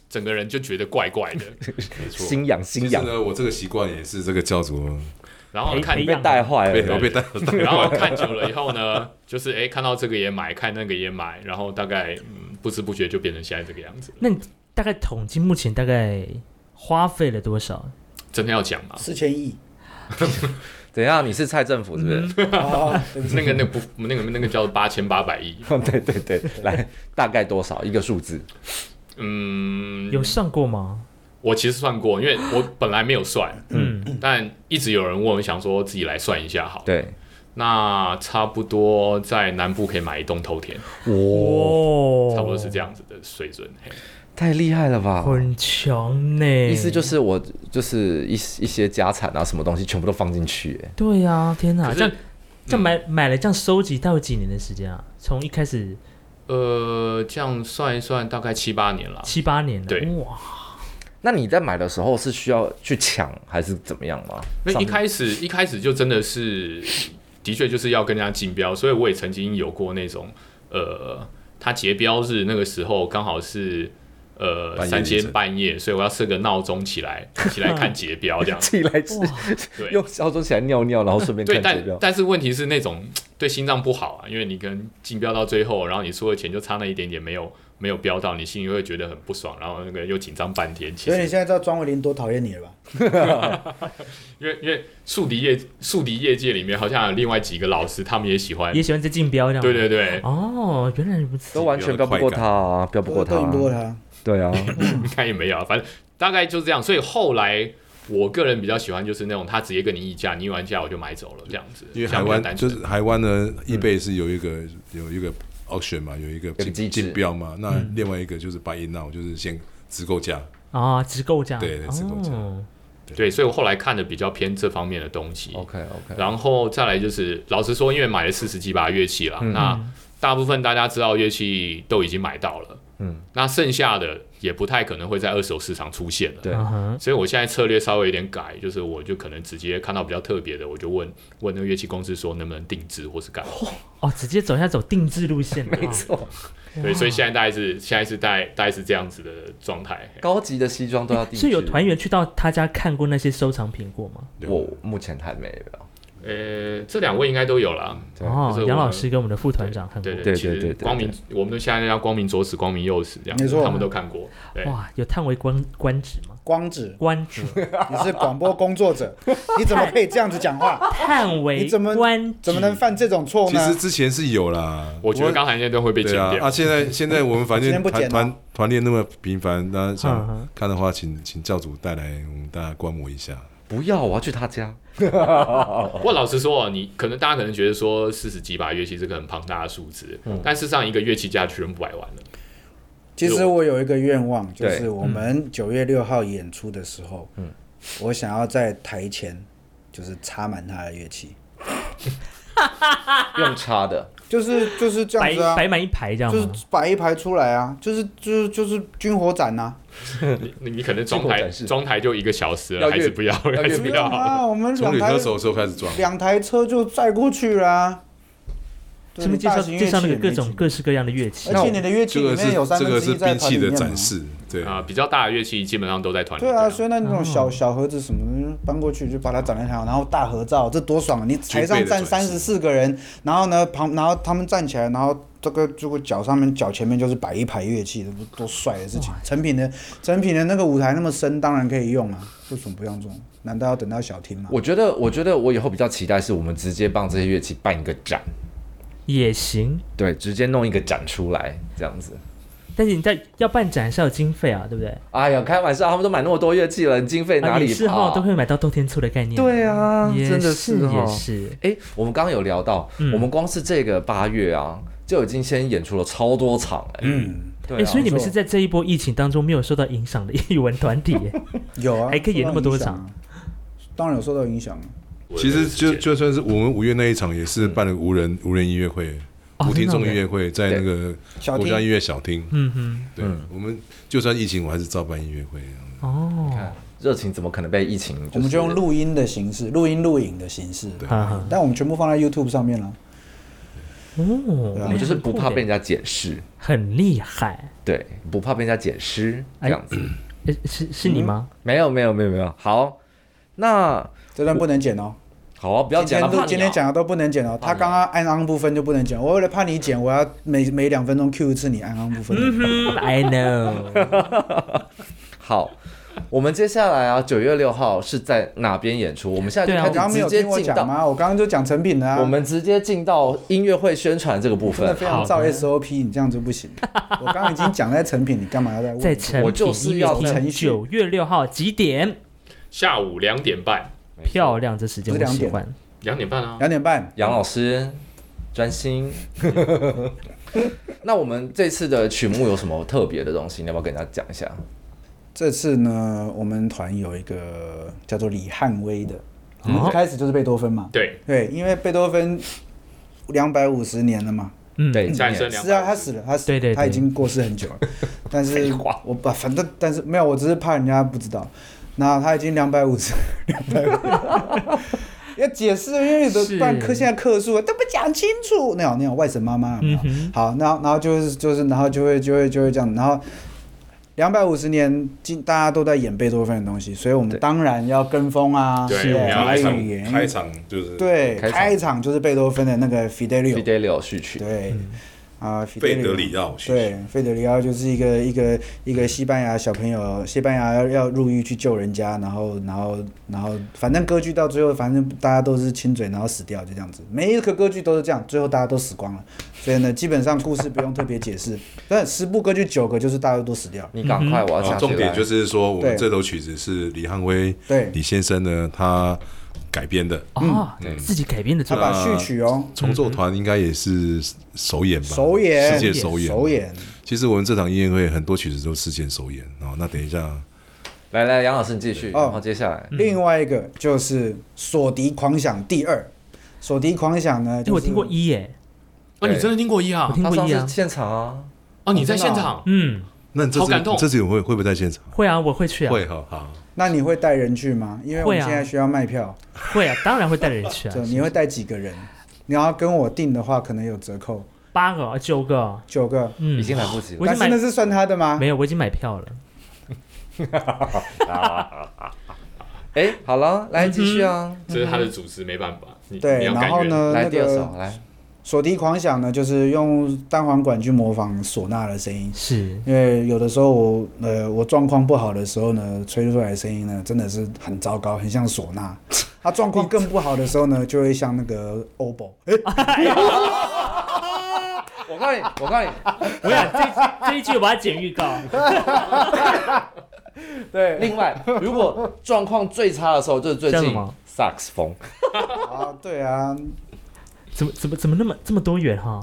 Speaker 1: 整个人就觉得怪怪 的。
Speaker 2: 没错，
Speaker 3: 心痒
Speaker 2: 其
Speaker 3: 心
Speaker 2: 实
Speaker 3: 痒，
Speaker 2: 呢，我这个习惯也是这个教主
Speaker 1: 然后
Speaker 5: 哎
Speaker 1: 看
Speaker 5: 哎
Speaker 3: 被带坏
Speaker 2: 被
Speaker 3: 了。
Speaker 2: 我被带
Speaker 1: 然后看久了以后呢，就是哎、诶看到这个也买，看那个也买，然后大概、嗯、不知不觉就变成现在这个样子了。
Speaker 5: 那你大概统计目前大概花费了多少？
Speaker 1: 真的要讲 吗？
Speaker 4: 四千亿，
Speaker 3: 怎样？你是蔡政府是不是？
Speaker 4: 哦，对不起
Speaker 1: 那个那个不那个那个叫八千八百亿，
Speaker 3: 对对对，来，大概多少一个数字？
Speaker 1: 嗯，
Speaker 5: 有上过吗？
Speaker 1: 我其实算过，因为我本来没有算，
Speaker 5: 嗯，
Speaker 1: 但一直有人问，我想说自己来算一下好。
Speaker 3: 对，
Speaker 1: 那差不多在南部可以买一栋头田，
Speaker 3: 哇，
Speaker 5: 哦，
Speaker 1: 差不多是这样子的水准。嘿
Speaker 3: 太厉害了吧！
Speaker 5: 很强呢。
Speaker 3: 意思就是我就是一一些家产啊，什么东西全部都放进去、哎
Speaker 5: 对啊，天哪，
Speaker 1: 可是
Speaker 5: 这样这样买买了这样收集，大概有几年的时间啊？从一开始
Speaker 1: 呃，这样算一算，大概七八年了。
Speaker 5: 七八年了，
Speaker 1: 对
Speaker 5: 哇，
Speaker 3: 那你在买的时候是需要去抢还是怎么样吗？
Speaker 1: 那
Speaker 3: 上
Speaker 1: 一
Speaker 3: 面。
Speaker 1: 开始一开始就真的是，的确就是要跟人家竞标，所以我也曾经有过那种，呃，他结标日那个时候刚好是。呃，
Speaker 2: 半夜
Speaker 1: 三
Speaker 2: 凌
Speaker 1: 更
Speaker 2: 晨
Speaker 1: 半夜，所以我要设个闹钟起来，起来看结标这样
Speaker 3: 自己来吃，
Speaker 1: 对，
Speaker 3: 用小桌起来尿尿，然后顺便
Speaker 1: 对，
Speaker 3: 看指
Speaker 1: 但
Speaker 3: 标。
Speaker 1: 但是问题是那种对心脏不好啊，因为你跟竞标到最后，然后你输的钱就差那一点点没有没有标到，你心里会觉得很不爽，然后那个又紧张半天。其
Speaker 4: 所以你
Speaker 1: 实
Speaker 4: 现在知道庄伟林多讨厌你了吧？
Speaker 1: 因为因为宿敌业宿敌业界里面好像有另外几个老师，他们也喜欢
Speaker 5: 也，喜欢这竞标这样。
Speaker 1: 对对对，
Speaker 5: 哦，原来如此
Speaker 3: 都。完全标不过他、啊，标不过他、
Speaker 4: 都赢不过
Speaker 3: 啊。
Speaker 4: 他，
Speaker 3: 对啊，
Speaker 1: 应该也没有啊，反正大概就是这样。所以后来我个人比较喜欢就是那种他直接跟你议价，你议完价我就买走了这样子，
Speaker 2: 因为
Speaker 1: 这
Speaker 2: 海
Speaker 1: 样比较
Speaker 2: 湾
Speaker 1: 单
Speaker 2: 就
Speaker 1: 纯
Speaker 2: 是海湾呢，易贝是有一个有一个 auction 嘛，有一个
Speaker 3: 个机
Speaker 2: 竞
Speaker 3: 制
Speaker 2: 竞标嘛。那
Speaker 4: 嗯
Speaker 2: 另外一个就是 buy in now，就是先直购价。
Speaker 5: 哦啊，直购价，
Speaker 2: 对直购价
Speaker 5: 哦
Speaker 1: 对，所以我后来看的比较偏这方面的东西。
Speaker 3: OK OK，
Speaker 1: 然后再来就是，老实说，因为买了四十几把乐器啦，
Speaker 3: 嗯
Speaker 1: 那大部分大家知道乐器都已经买到了，
Speaker 3: 嗯，
Speaker 1: 那剩下的也不太可能会在二手市场出现了。
Speaker 3: 对
Speaker 5: 嗯哼，
Speaker 1: 所以我现在策略稍微有点改，就是我就可能直接看到比较特别的，我就问问那个乐器公司说能不能定制或是干嘛。
Speaker 5: 哦，直接走下走定制路线的，
Speaker 3: 没 错，
Speaker 1: 对，所以现在大概是现在是大概大概是这样子的状态。
Speaker 3: 高级的西装都
Speaker 1: 啊
Speaker 3: 要定制。
Speaker 5: 所以有团员去到他家看过那些收藏品过吗？
Speaker 1: 对
Speaker 3: 我目前还没有。
Speaker 1: 呃，这两位应该都有啦。
Speaker 3: 对
Speaker 5: 哦
Speaker 1: 就是，我
Speaker 5: 杨老师跟我们的副团长看过
Speaker 1: 对。
Speaker 3: 对
Speaker 1: 其实
Speaker 3: 对对对
Speaker 1: 光明，我们都现在叫光明左使、光明右使这样，
Speaker 4: 没错
Speaker 1: 他们都看过。对，
Speaker 5: 哇，有叹为观观止 吗？
Speaker 4: 光子，
Speaker 5: 观止，
Speaker 4: 你是广播工作者，你怎么可以这样子讲话？
Speaker 5: 叹为
Speaker 4: 你怎么
Speaker 5: 观止，
Speaker 4: 怎么能犯这种错
Speaker 2: 其
Speaker 4: 呢
Speaker 2: 实？之前是有啦，
Speaker 1: 我觉得刚才那段会被剪
Speaker 2: 对啊
Speaker 1: 掉。
Speaker 2: 啊，现在现在我们反
Speaker 4: 今天
Speaker 2: 正
Speaker 4: 不
Speaker 2: 团
Speaker 4: 剪了
Speaker 2: 团团练那么频繁，大家
Speaker 5: 嗯嗯
Speaker 2: 想看的话，请请教主带来，我们大家观摩一下。
Speaker 3: 不要，我要去他家。
Speaker 1: 不过老实说，哦，你可能大家可能觉得说四十几把乐器是个很庞大的数字，但事实上一个乐器家全部摆完了。
Speaker 4: 其实我有一个愿望，就
Speaker 3: 对
Speaker 4: 是我们九月六号演出的时候，我想要在台前就是插满他的乐器，
Speaker 3: 用插的，
Speaker 4: 就是就是这样
Speaker 5: 摆
Speaker 4: 子啊，
Speaker 5: 摆满一排这样
Speaker 4: 就是
Speaker 5: 吗？
Speaker 4: 摆一排出来啊，就是就是就是军火展啊呐、
Speaker 1: 你你可能装
Speaker 3: 这个我
Speaker 1: 台
Speaker 3: 展示
Speaker 1: 装台就一个小时了，
Speaker 3: 要
Speaker 1: 还是
Speaker 3: 越
Speaker 1: 不要，
Speaker 3: 要
Speaker 1: 还
Speaker 3: 越
Speaker 1: 是
Speaker 4: 不
Speaker 1: 不
Speaker 4: 用
Speaker 1: 要。
Speaker 4: 啊，我们
Speaker 2: 从
Speaker 4: 两
Speaker 2: 旅
Speaker 4: 台
Speaker 2: 车手的时候开始装，
Speaker 4: 两台车就载过去啦、对
Speaker 5: 顺便介
Speaker 4: 大
Speaker 5: 绍
Speaker 4: 型乐器
Speaker 5: 介绍那个
Speaker 4: 也没
Speaker 5: 各种
Speaker 4: 几
Speaker 5: 各式各样的乐器
Speaker 4: 而，且你的乐器
Speaker 2: 这
Speaker 4: 里
Speaker 2: 个
Speaker 4: 面
Speaker 2: 是
Speaker 4: 有三
Speaker 2: 这
Speaker 4: 分
Speaker 2: 个
Speaker 4: 之
Speaker 2: 是
Speaker 4: 一在
Speaker 2: 兵
Speaker 4: 团
Speaker 2: 器
Speaker 4: 里
Speaker 2: 的
Speaker 4: 面嘛
Speaker 2: 展示，对
Speaker 1: 啊，比较大的乐器基本上都在团里。
Speaker 4: 对啊，所以那那种小
Speaker 5: 哦
Speaker 4: 小盒子什么的搬过去，就把它展在台上，然后大合照，这多爽啊！你
Speaker 2: 具
Speaker 4: 台
Speaker 2: 备
Speaker 4: 上
Speaker 2: 的
Speaker 4: 站
Speaker 2: 转
Speaker 4: 三
Speaker 2: 型
Speaker 4: 十四个人，然后呢旁，然后他们站起来，然后这个这个脚上面脚前面就是摆一排乐器，这不多帅的事情！成品的成品的那个舞台那么深，当然可以用啊，为什么不用用？难道要等到小厅吗？
Speaker 3: 我觉得，我觉得我以后比较期待是我们直接帮这些乐器办一个展，
Speaker 5: 也行。
Speaker 3: 对，直接弄一个展出来这样子。
Speaker 5: 但是你在要办展是要有经费啊，对不对？
Speaker 3: 哎呀，开玩笑，他们都买那么多乐器了，你经费哪
Speaker 5: 啊
Speaker 3: 里
Speaker 5: 也是
Speaker 3: 跑
Speaker 5: 哈，都会买到豆天醋的概念。
Speaker 3: 对啊，
Speaker 5: 也
Speaker 3: 真的
Speaker 5: 是
Speaker 3: 哈
Speaker 5: 也。是。
Speaker 3: 哎，我们刚刚有聊到，
Speaker 5: 嗯
Speaker 3: 我们光是这个八月啊，就已经先演出了超多场哎。嗯，对
Speaker 5: 哎，
Speaker 3: 啊，
Speaker 5: 所以你们
Speaker 4: 没错
Speaker 5: 是在这一波疫情当中没有受到影响的艺文团体 耶？
Speaker 4: 有啊，
Speaker 5: 还可以演那么多场
Speaker 4: 受到影响啊，当然有受到影响啊。
Speaker 1: 我的
Speaker 2: 其实就
Speaker 1: 时间
Speaker 2: 就算是我们五月那一场，也是办了无人无人音乐会，
Speaker 5: 哦
Speaker 2: 无听众
Speaker 5: 真的
Speaker 2: 音乐会，在那个
Speaker 4: 小
Speaker 2: 国家音
Speaker 4: 厅
Speaker 2: 乐小厅。
Speaker 5: 嗯哼，
Speaker 2: 对，我们就算疫情，我还是照办音乐会。啊
Speaker 5: 哦，
Speaker 3: 热情怎么可能被疫情？
Speaker 4: 我们就用录音的形式，录音录影的形式，
Speaker 5: 哈哈，
Speaker 4: 但我们全部放在 YouTube 上面了。
Speaker 5: 哦，
Speaker 3: 我们就是不怕被人
Speaker 5: 家
Speaker 3: 家解释，
Speaker 5: 很厉害，
Speaker 3: 对，不怕被人家解释这
Speaker 5: 哎
Speaker 3: 样子。
Speaker 5: 诶是是你吗？
Speaker 3: 没有没有没有没有，好，那
Speaker 4: 这段不能剪哦。
Speaker 3: 好啊，不要
Speaker 4: 今
Speaker 3: 讲了，
Speaker 4: 天
Speaker 3: 怕
Speaker 4: 都
Speaker 3: 你
Speaker 4: 今天
Speaker 3: 啊
Speaker 4: 讲的都不能剪哦，他刚刚按昂部分就不能剪，我为了怕你剪，我要每每两分钟 Q 一次你按昂部分。
Speaker 5: 嗯 ，I know，
Speaker 3: 好，我们接下来啊，九月六号是在哪边演出？我们现在
Speaker 5: 对
Speaker 3: 就
Speaker 5: 啊
Speaker 3: 开
Speaker 4: 你刚刚
Speaker 3: 始
Speaker 4: 没有
Speaker 3: 直接
Speaker 4: 听我
Speaker 3: 进
Speaker 4: 讲
Speaker 3: 到，
Speaker 4: 吗？我刚刚就讲成品了啊。
Speaker 3: 我们直接进到音乐会宣传这个部
Speaker 4: 真的
Speaker 3: 分。
Speaker 4: 非常照
Speaker 5: 好的
Speaker 4: SOP，你这样子 不行。我刚刚已经讲在成品，你干嘛要再问？
Speaker 5: 在成
Speaker 3: 我就
Speaker 5: 品
Speaker 3: 是
Speaker 5: 音
Speaker 3: 要
Speaker 5: 乐厅
Speaker 4: 程序
Speaker 5: 九月六号几点？
Speaker 1: 下午两点半，
Speaker 5: 漂亮，这时间
Speaker 4: 不是
Speaker 5: 我喜
Speaker 4: 两点
Speaker 5: 欢。
Speaker 1: 两点半啊。
Speaker 4: 两点半，
Speaker 3: 杨老师专心。 那我们这次的曲目有什么特别的东西？你要不要跟大家讲一下？
Speaker 4: 这次呢，我们团有一个叫做李汉威的，
Speaker 5: 哦
Speaker 4: 一开始就是贝多芬嘛。
Speaker 1: 对，
Speaker 4: 对，因为贝多芬两百五十年了嘛。
Speaker 5: 嗯，
Speaker 3: 对，今
Speaker 1: 战
Speaker 3: 年
Speaker 1: 胜两
Speaker 4: 是啊，他死了，他死
Speaker 5: 对对对
Speaker 4: 他已经过世很 久了。但是我把反正但是没有，我只是怕人家不知道。那他已经两百五十， 两百五，要解释，因为有的
Speaker 5: 是
Speaker 4: 不然课现在课数都不讲清楚，那种那种外省妈妈有没有
Speaker 5: 嗯哼
Speaker 4: 好，然后然后就是就是然后就会就会就会这样，然后。两百五十年，今大家都在演贝多芬的东西，所以我们
Speaker 3: 对
Speaker 4: 当然要跟风啊，
Speaker 1: 对
Speaker 4: 是
Speaker 1: 我们要
Speaker 4: 法
Speaker 1: 开
Speaker 4: 语言，
Speaker 2: 场就是，
Speaker 4: 对，
Speaker 3: 开场
Speaker 4: 开场就是贝多芬的那个 Fidelio，
Speaker 3: Fidelio 序曲，
Speaker 4: 对，
Speaker 5: 嗯
Speaker 4: 啊，
Speaker 2: 费德
Speaker 4: Fidelio
Speaker 2: 里奥序曲
Speaker 4: 对，费德里奥就是一个一个一个西班牙小朋友，西班牙要要入狱去救人家，然后然后然后，反正歌剧到最后，反正大家都是亲嘴，然后死掉，就这样子，每一个歌剧都是这样，最后大家都死光了，所以呢，基本上故事不用特别解释，但十部歌剧九个就是大家都死掉了，
Speaker 3: 你赶快，我要
Speaker 5: 嗯哦
Speaker 2: 啊
Speaker 3: 下去
Speaker 2: 重点
Speaker 3: 了
Speaker 2: 就是说，我们
Speaker 4: 对
Speaker 2: 这首曲子是李汉威
Speaker 4: 对
Speaker 2: 李先生呢，他改编的。
Speaker 3: 嗯
Speaker 5: 啊，自己改编的
Speaker 4: 他
Speaker 5: 作
Speaker 4: 把
Speaker 5: 品，
Speaker 4: 序曲哦，
Speaker 2: 重奏团应该也是首演吧？
Speaker 4: 首演
Speaker 2: 世界首演。
Speaker 4: 首演，
Speaker 2: 其实我们这场音乐会很多曲子都事先首演哦。那等一下，
Speaker 3: 来来，杨老师你继续，
Speaker 4: 哦
Speaker 3: 然后接下
Speaker 5: 嗯
Speaker 3: 来
Speaker 4: 另外一个就是《锁敌狂想》第二，《锁敌狂想》呢，
Speaker 5: 哎
Speaker 4: 就是、
Speaker 5: 我听过一耶，
Speaker 1: 哦，你真的听过一啊
Speaker 5: 我？听
Speaker 3: 他
Speaker 5: 过
Speaker 3: 上
Speaker 5: 一
Speaker 3: 次
Speaker 5: 啊，
Speaker 3: 现场啊，
Speaker 1: 哦，你在
Speaker 4: 真的
Speaker 1: 现
Speaker 4: 啊
Speaker 1: 场？
Speaker 5: 嗯，
Speaker 2: 那你这
Speaker 1: 好感
Speaker 2: 次
Speaker 1: 动
Speaker 2: 这次你会会不会在现场？
Speaker 5: 会啊，我会去啊，
Speaker 2: 会哈，好，
Speaker 4: 那你会带人去吗？因为我
Speaker 5: 会
Speaker 4: 们
Speaker 5: 啊
Speaker 4: 现在需要卖票，
Speaker 5: 会啊，当然会带人 去啊
Speaker 4: 对，，你会带几个人？你要跟我订的话，可能有折扣，
Speaker 5: 八个啊九个啊，
Speaker 4: 九个。
Speaker 5: 嗯
Speaker 3: 已，经来不及了
Speaker 5: 我已
Speaker 4: 但
Speaker 5: 经买
Speaker 4: 是那是算他的
Speaker 3: 啊
Speaker 4: 吗？
Speaker 5: 没有，我已经买票了。
Speaker 3: 哎，好了，来继续啊，
Speaker 1: 这是他的组织，没办法，你
Speaker 4: 对，
Speaker 1: 你要
Speaker 4: 然
Speaker 1: 感
Speaker 4: 后
Speaker 1: 觉
Speaker 5: 嗯
Speaker 4: 呢，
Speaker 3: 来
Speaker 4: 呃那
Speaker 3: 第二
Speaker 4: 个
Speaker 3: 首，来，
Speaker 4: 锁敌狂想呢，就是用单簧管去模仿唢呐的声音，
Speaker 5: 是，
Speaker 4: 因为有的时候我 呃我状况不好的时候呢，吹出来的声音呢真的是很糟糕，很像唢呐。他状况更不好的时候呢，就会像那个 oboe，哎、
Speaker 3: 我告诉你，我告诉你，
Speaker 5: 我想这这一句我要剪 预告，
Speaker 4: 对，
Speaker 3: 另外，如果状况最差的时候，就是最
Speaker 5: 像
Speaker 3: 近
Speaker 5: 什么
Speaker 3: 萨克斯风，
Speaker 4: 啊，对啊，
Speaker 5: 怎么怎么怎么那么这么多元哈？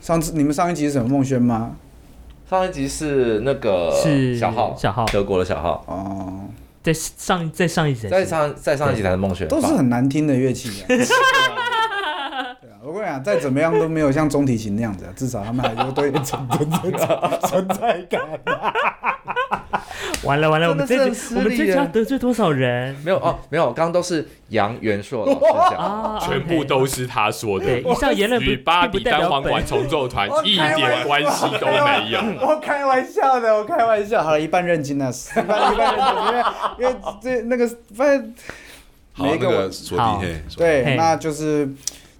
Speaker 4: 上次你们上一集是什么孟轩吗？
Speaker 3: 上一集是那个
Speaker 5: 是
Speaker 3: 小号，
Speaker 5: 小浩
Speaker 3: 德国的小号，
Speaker 4: 哦，
Speaker 5: 在上在上一集才
Speaker 3: 在
Speaker 5: 是
Speaker 3: 上在上一集谈的梦雪，
Speaker 4: 都是很难听的乐 器、啊。对啊 对啊，我跟你讲，再怎么样都没有像中提琴那样子、啊，至少他们还有多一点存存存存在感。
Speaker 5: 完了完了，我
Speaker 3: 真的
Speaker 5: 们这一
Speaker 3: 是
Speaker 5: 集
Speaker 3: 很
Speaker 5: 我们
Speaker 3: 失
Speaker 5: 这一
Speaker 3: 礼
Speaker 5: 集要
Speaker 3: 耶
Speaker 5: 得罪多少人
Speaker 3: 没有哦，没有，刚刚都是杨元硕老 师讲，
Speaker 5: 啊？
Speaker 1: 全部
Speaker 5: OK
Speaker 1: 都是他说的。
Speaker 5: 对，以上言论不
Speaker 1: 与巴
Speaker 5: 并
Speaker 1: 比
Speaker 5: 不代
Speaker 1: 单
Speaker 5: 表
Speaker 1: 簧管
Speaker 5: 本
Speaker 1: 重奏团
Speaker 4: 我
Speaker 1: 一
Speaker 4: 开玩
Speaker 1: 点
Speaker 4: 笑
Speaker 1: 关系都没有。
Speaker 4: 我开玩笑的，我开玩笑。好了，一半认清了，一半一半认清，因为因为这那个反正
Speaker 2: 好
Speaker 4: 每
Speaker 2: 那
Speaker 4: 一个我
Speaker 2: 个锁
Speaker 5: 好
Speaker 2: 定嘿，锁定
Speaker 5: 嘿
Speaker 4: 对，那就是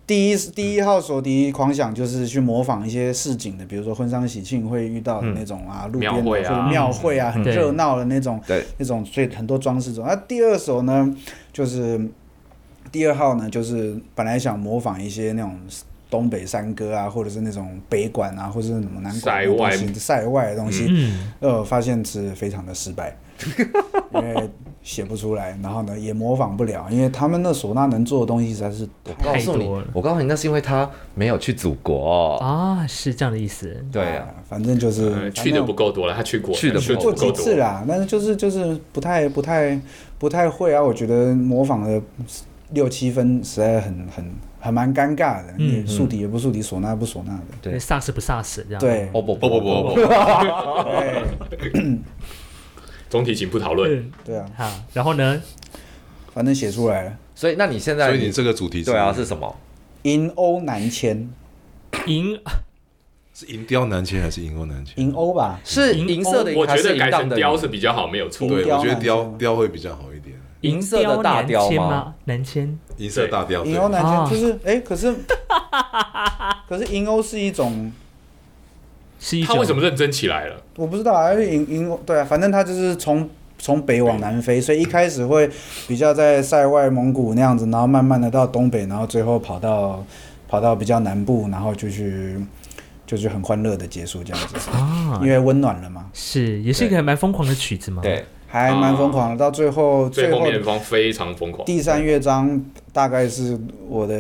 Speaker 4: 第一第一号索敌狂想就是去模仿一些市井的，比如说婚丧喜庆会遇到的那种啊，路边
Speaker 1: 庙
Speaker 4: 的
Speaker 1: 会
Speaker 4: 或
Speaker 1: 啊
Speaker 4: 者庙会啊，很
Speaker 5: 对
Speaker 4: 热闹的那种，
Speaker 3: 对，
Speaker 4: 那种所以很多装饰种。那第二首呢，就是第二号呢，就是本来想模仿一些那种。东北山歌啊，或者是那种北管啊，或者是什么南管的
Speaker 1: 塞外
Speaker 4: 东西塞外的东西，
Speaker 5: 嗯，
Speaker 4: 呃，发现是非常的失败，因为写不出来，然后呢也模仿不了，因为他们那唢呐能做的东西实在是
Speaker 3: 我告诉
Speaker 5: 太
Speaker 3: 你
Speaker 5: 多了，
Speaker 3: 我告诉你，那是因为他没有去祖国，
Speaker 5: 啊，是这样的意思。
Speaker 3: 对啊，
Speaker 4: 啊，反正就是、
Speaker 1: 呃
Speaker 4: 反正
Speaker 1: 去的不够多了，他去过，
Speaker 3: 去得
Speaker 1: 的
Speaker 3: 不
Speaker 1: 去
Speaker 4: 去
Speaker 1: 得
Speaker 3: 够
Speaker 1: 不
Speaker 4: 过
Speaker 1: 够
Speaker 4: 几次
Speaker 1: 多。
Speaker 4: 啦，但是就是就是不太不太不太会啊，我觉得模仿了六七分实在很很很蛮尴尬的，你
Speaker 5: 嗯
Speaker 4: 竖笛也不竖笛，唢呐不唢呐的，
Speaker 3: 对
Speaker 5: 萨斯不萨斯这样。
Speaker 4: 对
Speaker 3: 哦不
Speaker 2: 不不不不，不
Speaker 4: 对
Speaker 1: 总体请不讨论。
Speaker 5: 嗯，
Speaker 4: 对啊，
Speaker 5: 好，然后呢？
Speaker 4: 反正写出来了，
Speaker 3: 所以那你现在
Speaker 2: 所以你这个主题
Speaker 3: 对啊是什么？
Speaker 4: 银欧南迁，
Speaker 5: 银
Speaker 2: 是银雕南迁还是银欧南迁？
Speaker 4: 银欧吧，
Speaker 3: 是
Speaker 5: 银
Speaker 3: 银色的银
Speaker 1: 我
Speaker 3: 还
Speaker 1: 觉
Speaker 3: 是
Speaker 1: 得
Speaker 3: 淫
Speaker 1: 改
Speaker 3: 荡
Speaker 1: 成
Speaker 3: 的
Speaker 1: 雕
Speaker 3: 银？
Speaker 1: 是比较好，没有错。
Speaker 2: 对，
Speaker 4: 雕
Speaker 2: 我觉得
Speaker 4: 南
Speaker 2: 雕
Speaker 4: 迁
Speaker 2: 雕会比较好一点，
Speaker 3: 银色的大雕
Speaker 5: 南迁
Speaker 3: 吗？
Speaker 5: 吗？南迁
Speaker 2: 银色大
Speaker 1: 哦
Speaker 2: 雕。
Speaker 4: 银欧
Speaker 2: 对
Speaker 4: 南
Speaker 5: 啊
Speaker 4: 迁就是哎、可是 可是银欧是一种
Speaker 5: 是一
Speaker 1: 他
Speaker 5: 种
Speaker 1: 为什么认真起来了？
Speaker 4: 我不知道啊，因为银银对啊，反正它就是从从北往南飞，所以一开始会比较在塞外蒙古那样子，然后慢慢的到东北，然后最后跑到跑到比较南部，然后就去就去很欢乐的结束这样子，
Speaker 5: 啊
Speaker 4: 因？为温暖了嘛，
Speaker 5: 是，也是一个还蛮疯狂的曲子嘛。
Speaker 3: 对，
Speaker 4: 还蛮疯狂的。到最后
Speaker 1: 最
Speaker 4: 最
Speaker 1: 后
Speaker 4: 后
Speaker 1: 面的方非常疯狂。
Speaker 4: 第三乐章大概是我的，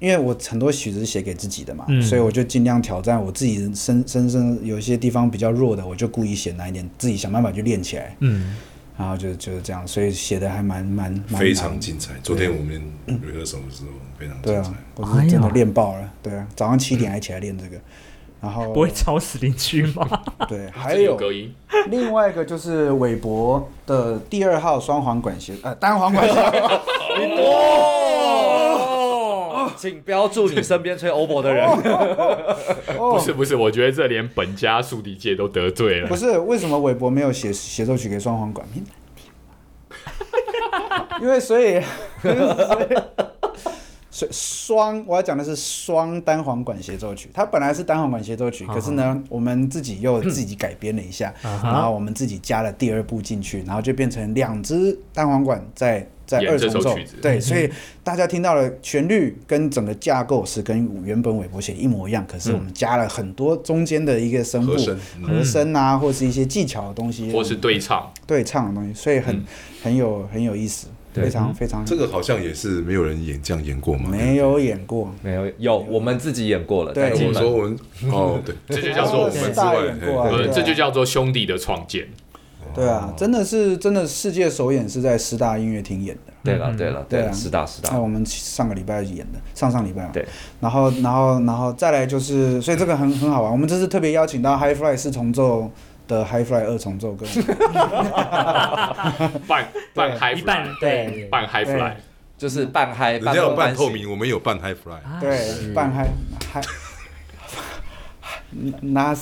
Speaker 4: 因为我很多曲子是写给自己的嘛，
Speaker 5: 嗯
Speaker 4: 所以我就尽量挑战我自己身身上有一些地方比较弱的，我就故意写难一点，自己想办法去练起来。
Speaker 5: 嗯，
Speaker 4: 然后就就是这样，所以写的还蛮蛮蛮
Speaker 2: 非常
Speaker 4: 难
Speaker 2: 精彩。昨天我们 rehearsal 的时候非常
Speaker 4: 对
Speaker 2: 精彩
Speaker 4: 啊。，我是真
Speaker 5: 哎
Speaker 4: 的
Speaker 5: 呀
Speaker 4: 练爆了，对啊，早上七点还起来练这个，然后
Speaker 5: 不会吵死邻居吗？
Speaker 4: 对，还
Speaker 1: 啊这里
Speaker 4: 有
Speaker 1: 隔音，
Speaker 4: 另外一个就是韦伯的第二号双簧管弦，呃，单簧管 弦，
Speaker 3: 哦，请标注你身边吹 OBO 的人。
Speaker 1: 不
Speaker 4: 哦，
Speaker 1: 是不是，我觉得这连本家速地界都得罪了
Speaker 4: 不。是为什么韦伯没有写协奏曲给双簧管？ 因为所以，所以双我要讲的是双单簧管协奏曲，它本来是单簧管协奏
Speaker 1: 啊
Speaker 4: 曲，可是呢，我们自己又自己改编了一下，
Speaker 5: 啊哈
Speaker 4: 然后我们自己加了第二部进去，然后就变成两支单簧管在在
Speaker 1: 演
Speaker 4: 二
Speaker 1: 这
Speaker 4: 重
Speaker 1: 首
Speaker 4: 奏
Speaker 1: 曲子，
Speaker 4: 对，所以大家听到的旋律跟整个架构是跟原本韦伯写一模一样，可是我们加了很多中间的一个声部
Speaker 2: 和声、嗯
Speaker 4: 和声啊，或是一些技巧的东西，
Speaker 1: 或是对唱，
Speaker 4: 对唱的东西，所以很、
Speaker 1: 嗯
Speaker 4: 很有很有意思，
Speaker 3: 对
Speaker 4: 非常非常
Speaker 2: 这个好像也是没有人演这样演过嘛。
Speaker 4: 没有演过，
Speaker 3: 没有，有我们自己演过了。
Speaker 4: 对
Speaker 3: 但是
Speaker 2: 我
Speaker 3: 们
Speaker 2: 说我们哦，对，
Speaker 1: 这就叫做我们
Speaker 4: 四大演过啊
Speaker 1: 呃，
Speaker 4: 对啊
Speaker 1: 这就叫做兄弟的创建。
Speaker 4: 对啊，真的是真的世界首演是在师大音乐厅演的。
Speaker 3: 对了对了嗯
Speaker 4: 对
Speaker 3: 对哦
Speaker 4: 啊
Speaker 3: 了，是大是
Speaker 4: 那
Speaker 3: 大，
Speaker 4: 我们上个礼拜演的，上上礼拜嘛。
Speaker 3: 对。
Speaker 4: 然后，然后，然后再来就是，所以这个很很好玩。我们这次特别邀请到 High Fly 四重奏的 High Fly 二重奏跟我们
Speaker 1: 半半 high
Speaker 5: 一半
Speaker 1: fly，
Speaker 5: 对
Speaker 1: 半 high
Speaker 4: 对
Speaker 1: fly，
Speaker 3: 就是半嗨，
Speaker 2: 人家
Speaker 3: 半
Speaker 2: 有
Speaker 3: 梦
Speaker 2: 半
Speaker 3: 半
Speaker 2: 透
Speaker 3: 醒
Speaker 2: 明，我们有半 high fly。
Speaker 5: 啊
Speaker 4: 对办 High High 拿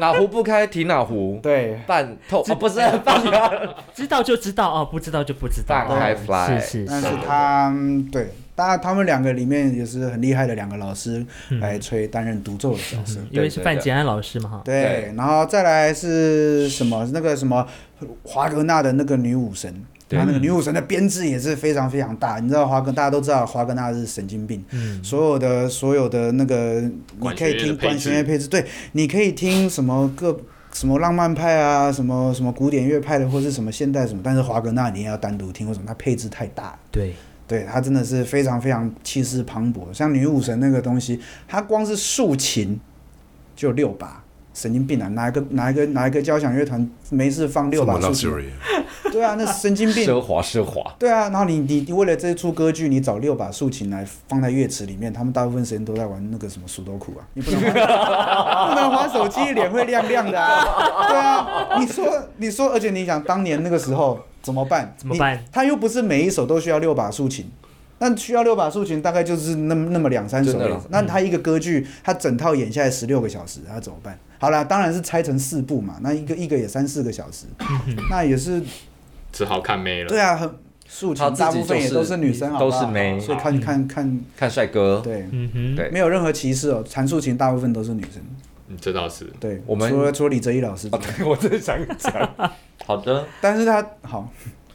Speaker 3: 哪壶不开提哪壶，
Speaker 4: 对
Speaker 3: 半透哦 不是半
Speaker 5: 知道就知道哦，不知道就不知道。
Speaker 3: 半嗨 fly，
Speaker 5: 是是
Speaker 4: 但
Speaker 5: 是
Speaker 4: 是他嗯对，当然他们两个里面也是很厉害的两个老师来吹担任独奏的角色。
Speaker 5: 因为是范杰安老师嘛哈。
Speaker 4: 对
Speaker 3: 对，
Speaker 4: 然后再来是什么？那个什么华格纳的那个女武神，
Speaker 3: 对
Speaker 4: 她那个女武神的编制也是非常非常大。你知道华格，大家都知道华格纳是神经病，
Speaker 5: 嗯，
Speaker 4: 所有的所有的那个你
Speaker 1: 管
Speaker 4: 可以
Speaker 1: 弦乐的
Speaker 4: 听
Speaker 1: 配
Speaker 4: 管
Speaker 1: 置
Speaker 4: 弦乐配置，对，你可以听什么各什么浪漫派啊，什么什么古典乐派的，或是什么现代什么，但是华格纳你也要单独听，为什么？它配置太大了。
Speaker 5: 对，
Speaker 4: 对他真的是非常非常气势磅礴，像女武神那个东西，她光是竖琴就六把，神经病啊！哪一个哪一个哪一个交响乐团没事放六
Speaker 2: 这
Speaker 4: 把
Speaker 2: 么
Speaker 4: 竖琴？
Speaker 2: luxury，
Speaker 4: 对啊，那神经 病。
Speaker 3: 奢华奢华，
Speaker 4: 对啊，然后你你你为了这出歌剧，你找六把竖琴来放在乐池里面，他们大部分时间都在玩那个什么数独苦 啊，你不能玩不能玩手机，脸会亮亮的啊。 对啊，你说你说，而且你想当年那个时候怎么办？
Speaker 5: 怎么办
Speaker 4: 你他又不是每一首都需要六把竖琴。那需要六把竖琴，大概就是那么那么两三首
Speaker 3: 真的
Speaker 4: 而已
Speaker 3: 啦。
Speaker 4: 那他一个歌剧，他整套演下来十六个小时，他怎么办？好啦，当然是拆成四部嘛，那一个一个也三四个小 时，那也是
Speaker 1: 只好看妹了。
Speaker 4: 对啊，很竖
Speaker 3: 他
Speaker 4: 琴
Speaker 3: 自己
Speaker 4: 大部分
Speaker 3: 就
Speaker 4: 也
Speaker 3: 是
Speaker 4: 都是女生，好不好
Speaker 3: 都是妹
Speaker 4: 所以嗯哦看看看，
Speaker 3: 看帅哥，
Speaker 4: 对，
Speaker 5: 嗯哼，
Speaker 3: 对
Speaker 4: 没有任何歧视哦，弹竖琴大部分都是女生，
Speaker 1: 嗯，这倒是。
Speaker 4: 对，
Speaker 3: 我们
Speaker 4: 除了除了李哲一老师之
Speaker 3: 哦
Speaker 4: 外，
Speaker 3: 对 我真的想讲，好的，
Speaker 4: 但是他好，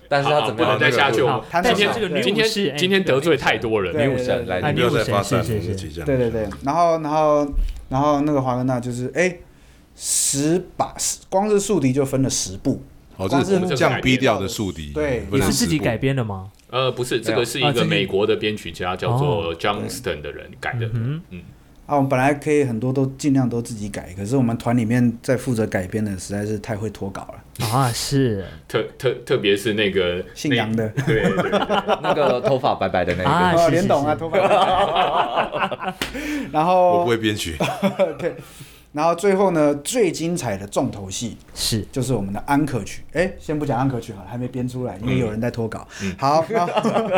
Speaker 3: 但是他
Speaker 1: 好
Speaker 3: 怎么
Speaker 1: 不
Speaker 3: 样
Speaker 1: 能再下去。
Speaker 3: 那个
Speaker 1: 我
Speaker 3: 路
Speaker 1: 们
Speaker 5: 好，
Speaker 4: 他
Speaker 5: 但是
Speaker 4: 们
Speaker 5: 这个
Speaker 4: 对
Speaker 5: 女
Speaker 1: 今
Speaker 5: 武
Speaker 1: 天
Speaker 5: 士，哎
Speaker 1: 今天得罪太多人，
Speaker 4: 对
Speaker 3: 女武神来，
Speaker 5: 对啊
Speaker 2: 你
Speaker 3: 你
Speaker 2: 不
Speaker 3: 们
Speaker 2: 要再发散，
Speaker 5: 是是是
Speaker 2: 我们即将
Speaker 4: 对对对，然后然后然后那个华格纳就是哎。十把十，光是竖笛就分了十部，
Speaker 2: 好，
Speaker 4: 光是
Speaker 2: 这是降 B 调的竖笛，
Speaker 4: 对
Speaker 2: 不
Speaker 5: 你
Speaker 2: 能
Speaker 5: 是自己
Speaker 2: 四部
Speaker 5: 改编的吗？
Speaker 1: 呃，不是，这个是
Speaker 5: 啊
Speaker 1: 一
Speaker 5: 这
Speaker 1: 个
Speaker 5: 是
Speaker 1: 美国的编曲家叫做
Speaker 5: 哦
Speaker 1: Johnston 的人改的。
Speaker 5: 嗯
Speaker 1: 嗯，
Speaker 4: 啊，我们本来可以很多都尽量都自己改，可是我们团里面在负责改编的实在是太会脱稿了，
Speaker 5: 哼，啊是
Speaker 1: 特特特别是那个
Speaker 4: 姓杨的，
Speaker 1: 那对 对对，
Speaker 3: 那个头发白白的那
Speaker 5: 啊
Speaker 3: 个，
Speaker 5: 是
Speaker 4: 哦，
Speaker 5: 是
Speaker 4: 连董啊，
Speaker 5: 是
Speaker 4: 脱稿， 然后
Speaker 2: 我不会编曲，
Speaker 4: 哦对，然后最后呢，最精彩的重头戏
Speaker 5: 是，
Speaker 4: 就是我们的安可曲。哎，先不讲安可曲好了，还没编出来，因为有人在脱稿。好，然后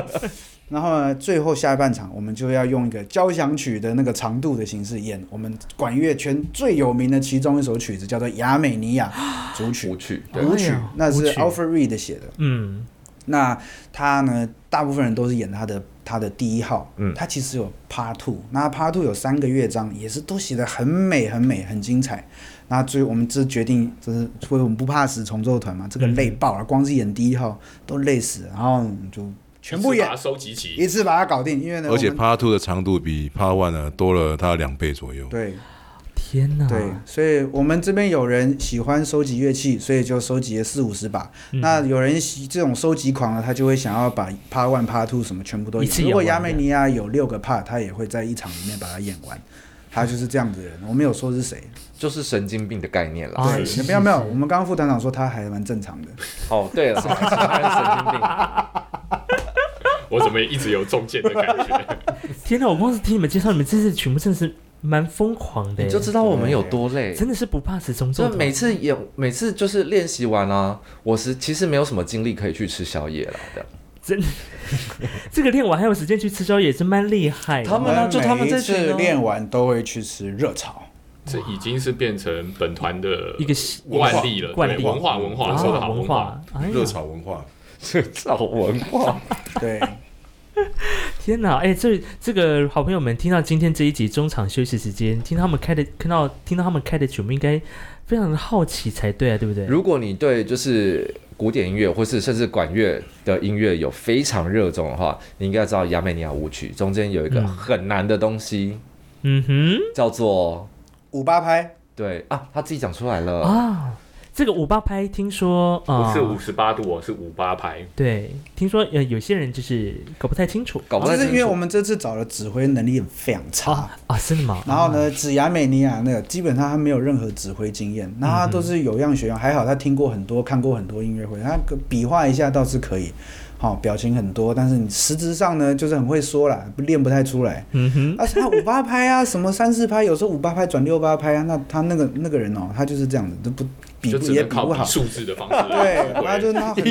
Speaker 4: 然后呢，最后下半场我们就要用一个交响曲的那个长度的形式演我们管乐圈最有名的其中一首曲子，叫做《亚美尼亚组曲
Speaker 3: 舞》。曲，哦对，
Speaker 4: 舞曲
Speaker 5: 哎呀，
Speaker 4: 那是
Speaker 5: 舞曲
Speaker 4: Alfred Reed 写的。
Speaker 5: 嗯，
Speaker 4: 那他呢，大部分人都是演他的他的第一号，
Speaker 3: 嗯
Speaker 4: 他其实有 Part Two，那 Part Two 有三个乐章，也是都写的很美很美很精彩。那最我们这决定，就是所以我们不怕死重奏团嘛，这个累
Speaker 2: 嗯
Speaker 4: 爆了，光是演第一号都累死了，然后我们就全部
Speaker 1: 一次
Speaker 4: 演
Speaker 1: 把它收集齐。
Speaker 4: 一次把它搞定，因为 呢，
Speaker 2: 而且
Speaker 4: 我们
Speaker 2: Part Two 的长度比 Part One 呢多了它两倍左右。
Speaker 4: 对
Speaker 5: 天哪，
Speaker 4: 对，所以我们这边有人喜欢收集乐器，所以就收集了四五十把。那有人喜这种收集狂呢，他就会想要把 Part One、Part Two 什么全部都
Speaker 5: 一次
Speaker 4: 演。如果
Speaker 5: 演
Speaker 4: 亚
Speaker 5: 完
Speaker 4: 美
Speaker 5: 这样
Speaker 4: 尼亚有六个 Part，他也会在一场里面把它演完。他就是这样子的人，我没有说是谁。
Speaker 3: 就是神经病的概念啦。
Speaker 5: 啊
Speaker 4: 对，
Speaker 5: 是
Speaker 4: 没有没有，
Speaker 5: 是
Speaker 4: 我们刚刚副团长说他还蛮正常的。
Speaker 3: 哦，对了，
Speaker 5: 啊
Speaker 3: 神经病。
Speaker 1: 我怎么一直有中箭的感 觉？
Speaker 5: 天哪！我光是听你们介绍，你们这次曲目真的是蛮疯狂的耶，
Speaker 3: 你就知道我们有多累。
Speaker 5: 真的是不怕死重
Speaker 3: 就
Speaker 5: 奏团，
Speaker 3: 每次演，每次就是练习完啊，我是其实没有什么精力可以去吃宵夜了的。
Speaker 5: 这个练完还有时间去吃宵夜，真蛮厉害的。
Speaker 3: 他们呢，就他们
Speaker 4: 每
Speaker 3: 这
Speaker 4: 一次
Speaker 3: 群呢
Speaker 4: 练完都会去吃热炒。
Speaker 1: 这已经是变成本团的
Speaker 5: 一个习
Speaker 1: 惯例了，
Speaker 5: 惯
Speaker 1: 对
Speaker 5: 例
Speaker 1: 文化文化
Speaker 5: 啊
Speaker 1: 说的好
Speaker 5: 文
Speaker 1: 化。
Speaker 5: 化，哎呀
Speaker 2: 热炒文化，
Speaker 3: 这造文化，
Speaker 4: 对，
Speaker 5: 天哪！哎、这这个好朋友们听到今天这一集中场休息时间，听他们开的，看到听到他们开的曲目，应该非常的好奇才对啊，对不对？
Speaker 3: 如果你对就是古典音乐或是甚至管乐的音乐有非常热衷的话，你应该知道亚美尼亚舞曲中间有一个
Speaker 5: 嗯
Speaker 3: 很难的东西，
Speaker 5: 嗯哼
Speaker 3: 叫做
Speaker 4: 五八拍，
Speaker 3: 对啊，他自己讲出来了。
Speaker 5: 啊，这个五八拍，听说
Speaker 1: 不
Speaker 5: 啊，
Speaker 1: 是五十八度哦，是五八拍。
Speaker 5: 对，听说呃有些人就是搞不太清楚，
Speaker 3: 搞不太
Speaker 4: 啊就是
Speaker 3: 清
Speaker 4: 因为
Speaker 3: 楚
Speaker 4: 我们这次找的指挥能力很非常差。
Speaker 5: 啊啊，真的吗？
Speaker 4: 然后
Speaker 1: 嗯
Speaker 4: 呢，指亚美尼亚那个基本上他没有任何指挥经验，那他都是有样学样。还好他听过很多、看过很多音乐会，他比划一下倒是可以，好、表情很多，但是你实质上呢，就是很会说啦，练不太出来。
Speaker 5: 嗯哼，
Speaker 4: 而且他五八拍啊， 什么三四拍，有时候五八拍转六八拍啊，那他那个那个人哦，他就是这样子，都不比
Speaker 1: 就
Speaker 4: 不
Speaker 1: 只
Speaker 4: 也
Speaker 1: 能
Speaker 4: 比
Speaker 1: 靠
Speaker 4: 不
Speaker 1: 比
Speaker 4: 好。
Speaker 1: 数字的方式来
Speaker 4: 对，
Speaker 1: 指挥，
Speaker 4: 他就那很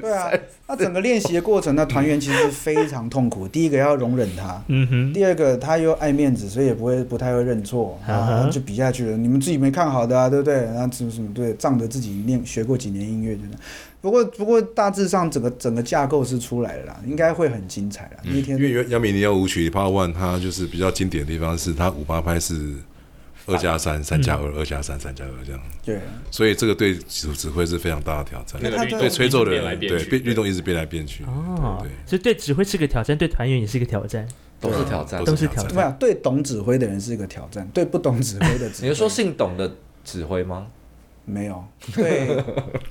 Speaker 4: 对啊，那整个练习的过程，那团员其实非常痛苦。第一个要容忍他，
Speaker 5: 嗯哼，
Speaker 4: 第二个他又爱面子，所以也不会不太会认错，
Speaker 5: 啊哈
Speaker 4: 然后就比下去了。你们自己没看好的啊，对不对？然后什么什么对，仗着自己念学过几年音乐，真的。不过不过大致上整个整个架构是出来了啦，应该会很精彩啦。那天
Speaker 2: 因为杨米尼亚舞曲 Part One，它就是比较经典的地方是它五八拍是二加三、三加二、二加三、三加二这样，
Speaker 4: 对，
Speaker 2: 所以这个对指指挥是非常大的挑战。
Speaker 1: 那个律动
Speaker 2: 对吹奏的
Speaker 1: 变来
Speaker 2: 人，
Speaker 1: 变
Speaker 2: 对
Speaker 1: 去，
Speaker 2: 变律动一直变来变去，
Speaker 5: 哦
Speaker 2: 对，
Speaker 5: 所以对指挥是个挑战，对团员也是个挑战。
Speaker 3: 都是挑战
Speaker 1: 啊
Speaker 2: 对，
Speaker 5: 都
Speaker 2: 都
Speaker 5: 是
Speaker 2: 是
Speaker 5: 挑
Speaker 2: 挑
Speaker 4: 没
Speaker 5: 战
Speaker 2: 战。
Speaker 4: 有对懂指挥的人是一个挑战，对不懂指挥的 指
Speaker 3: 你是
Speaker 4: 挥，
Speaker 3: 说姓董的指挥吗？
Speaker 4: 没有？对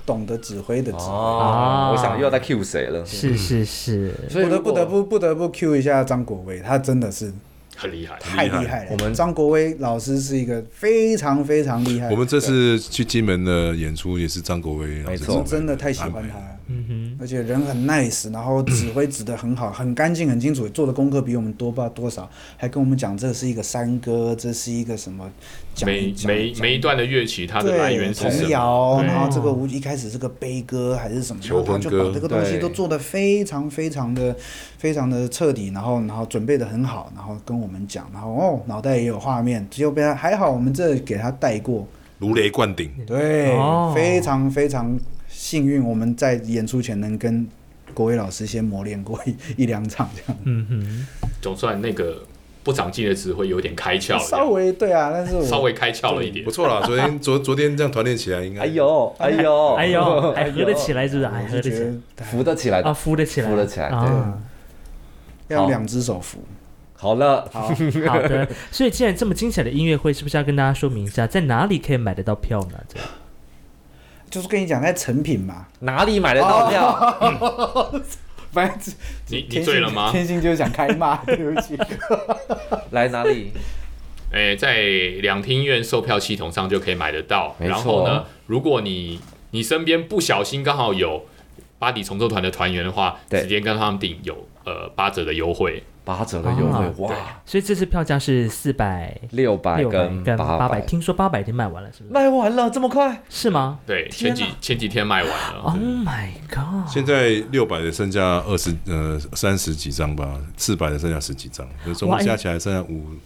Speaker 4: 懂得指挥的指挥。
Speaker 5: 啊
Speaker 3: 我想又要再 Q 谁了？
Speaker 5: 是是是，
Speaker 3: 所以
Speaker 4: 我都
Speaker 3: 如果
Speaker 4: 不得不不得不 Q 一下张国威，他真的是
Speaker 1: 很厉害。
Speaker 4: 太厉
Speaker 2: 厉
Speaker 4: 害了。
Speaker 3: 我们
Speaker 4: 张国威老师是一个非常非常厉害的，
Speaker 2: 我们这次去金门的演出也是张国威老
Speaker 3: 没
Speaker 2: 师指
Speaker 3: 错
Speaker 4: 我
Speaker 2: 挥，
Speaker 4: 们真的太喜欢他
Speaker 2: 安排。
Speaker 4: 了，
Speaker 5: 嗯
Speaker 4: 而且人很 nice，然后指挥指的很好，很干净、很清楚，做的功课比我们多不知道多少，还跟我们讲这是一个山歌，这是一个什么讲
Speaker 1: 每
Speaker 4: 讲
Speaker 1: 每
Speaker 4: 讲
Speaker 1: 每一段的乐器，它的来源是
Speaker 4: 对啊
Speaker 1: 什
Speaker 4: 童
Speaker 1: 么？
Speaker 4: 谣，
Speaker 1: 对嗯
Speaker 4: 然后这个舞一开始是个悲歌还是什么，然
Speaker 2: 求
Speaker 4: 后
Speaker 2: 婚
Speaker 4: 他就把
Speaker 2: 歌
Speaker 4: 这个东西
Speaker 3: 对
Speaker 4: 都做得非常非常的非常的彻底，然后然后准备的很好，然后跟我们讲，然后哦脑袋也有画面，只有被他还好我们这给他带过，
Speaker 2: 如雷贯顶。
Speaker 4: 对，
Speaker 5: 哦
Speaker 4: 非常非常幸运，我们在演出前能跟。国威老师先磨练过一一两场，这
Speaker 5: 哼，嗯哼，
Speaker 1: 总算那个不长进的指挥哦有点开窍
Speaker 4: 样
Speaker 1: 了，
Speaker 4: 稍微对啊，但是我
Speaker 1: 稍微开窍了一点
Speaker 2: 不。错啦，昨天昨昨天这样团练起来应该，
Speaker 3: 哎呦哎呦
Speaker 5: 哎呦， 还合得起
Speaker 3: 来，
Speaker 5: 来是不是？还
Speaker 4: 我
Speaker 5: 合
Speaker 4: 是
Speaker 5: 得起
Speaker 4: 觉
Speaker 5: 来
Speaker 4: 得
Speaker 3: 扶得起来
Speaker 5: 啊，
Speaker 3: 的。
Speaker 5: 扶得起来，
Speaker 3: 扶得起来
Speaker 5: 啊。
Speaker 4: 要
Speaker 3: 好
Speaker 4: 用两只手扶。
Speaker 3: 好了，
Speaker 4: 好，
Speaker 5: 好的，所以既然这么精彩的音乐会，是不是要跟大家说明一下，在哪里可以买得到票呢？这
Speaker 4: 就是跟你讲在成品嘛，
Speaker 3: 哪里买得到
Speaker 4: 啊
Speaker 3: 票？
Speaker 4: 反正
Speaker 1: 你你
Speaker 4: 天
Speaker 1: 醉
Speaker 4: 性
Speaker 1: 了吗？
Speaker 4: 天性就是想开 骂，对不起。
Speaker 3: 来哪里？
Speaker 1: 哎、在两厅院售票系统上就可以买得到。
Speaker 3: 没错
Speaker 1: 然后呢，如果你你身边不小心刚好有巴迪重奏团的团员的话，
Speaker 3: 对
Speaker 1: 直接跟他们订有呃八折的优惠。
Speaker 3: 八折的优惠
Speaker 5: 啊，
Speaker 3: 哇，
Speaker 5: 所以这次票价是四百
Speaker 3: 六百
Speaker 5: 六百
Speaker 3: 跟
Speaker 5: 跟八
Speaker 3: 八
Speaker 5: 百，
Speaker 3: 百，
Speaker 5: 听说八百已经卖完了，是不是？
Speaker 3: 卖完了这么快？
Speaker 5: 是吗
Speaker 1: 对，
Speaker 3: 天
Speaker 1: 前
Speaker 3: 哪
Speaker 1: 几前几天卖完
Speaker 4: 哦
Speaker 1: 了。
Speaker 5: ？Oh my god！
Speaker 2: 现在六百的剩下二十呃三十几张吧，四百的剩下十几张，就总
Speaker 5: 哇
Speaker 2: 共
Speaker 5: 哎
Speaker 2: 加起来剩下五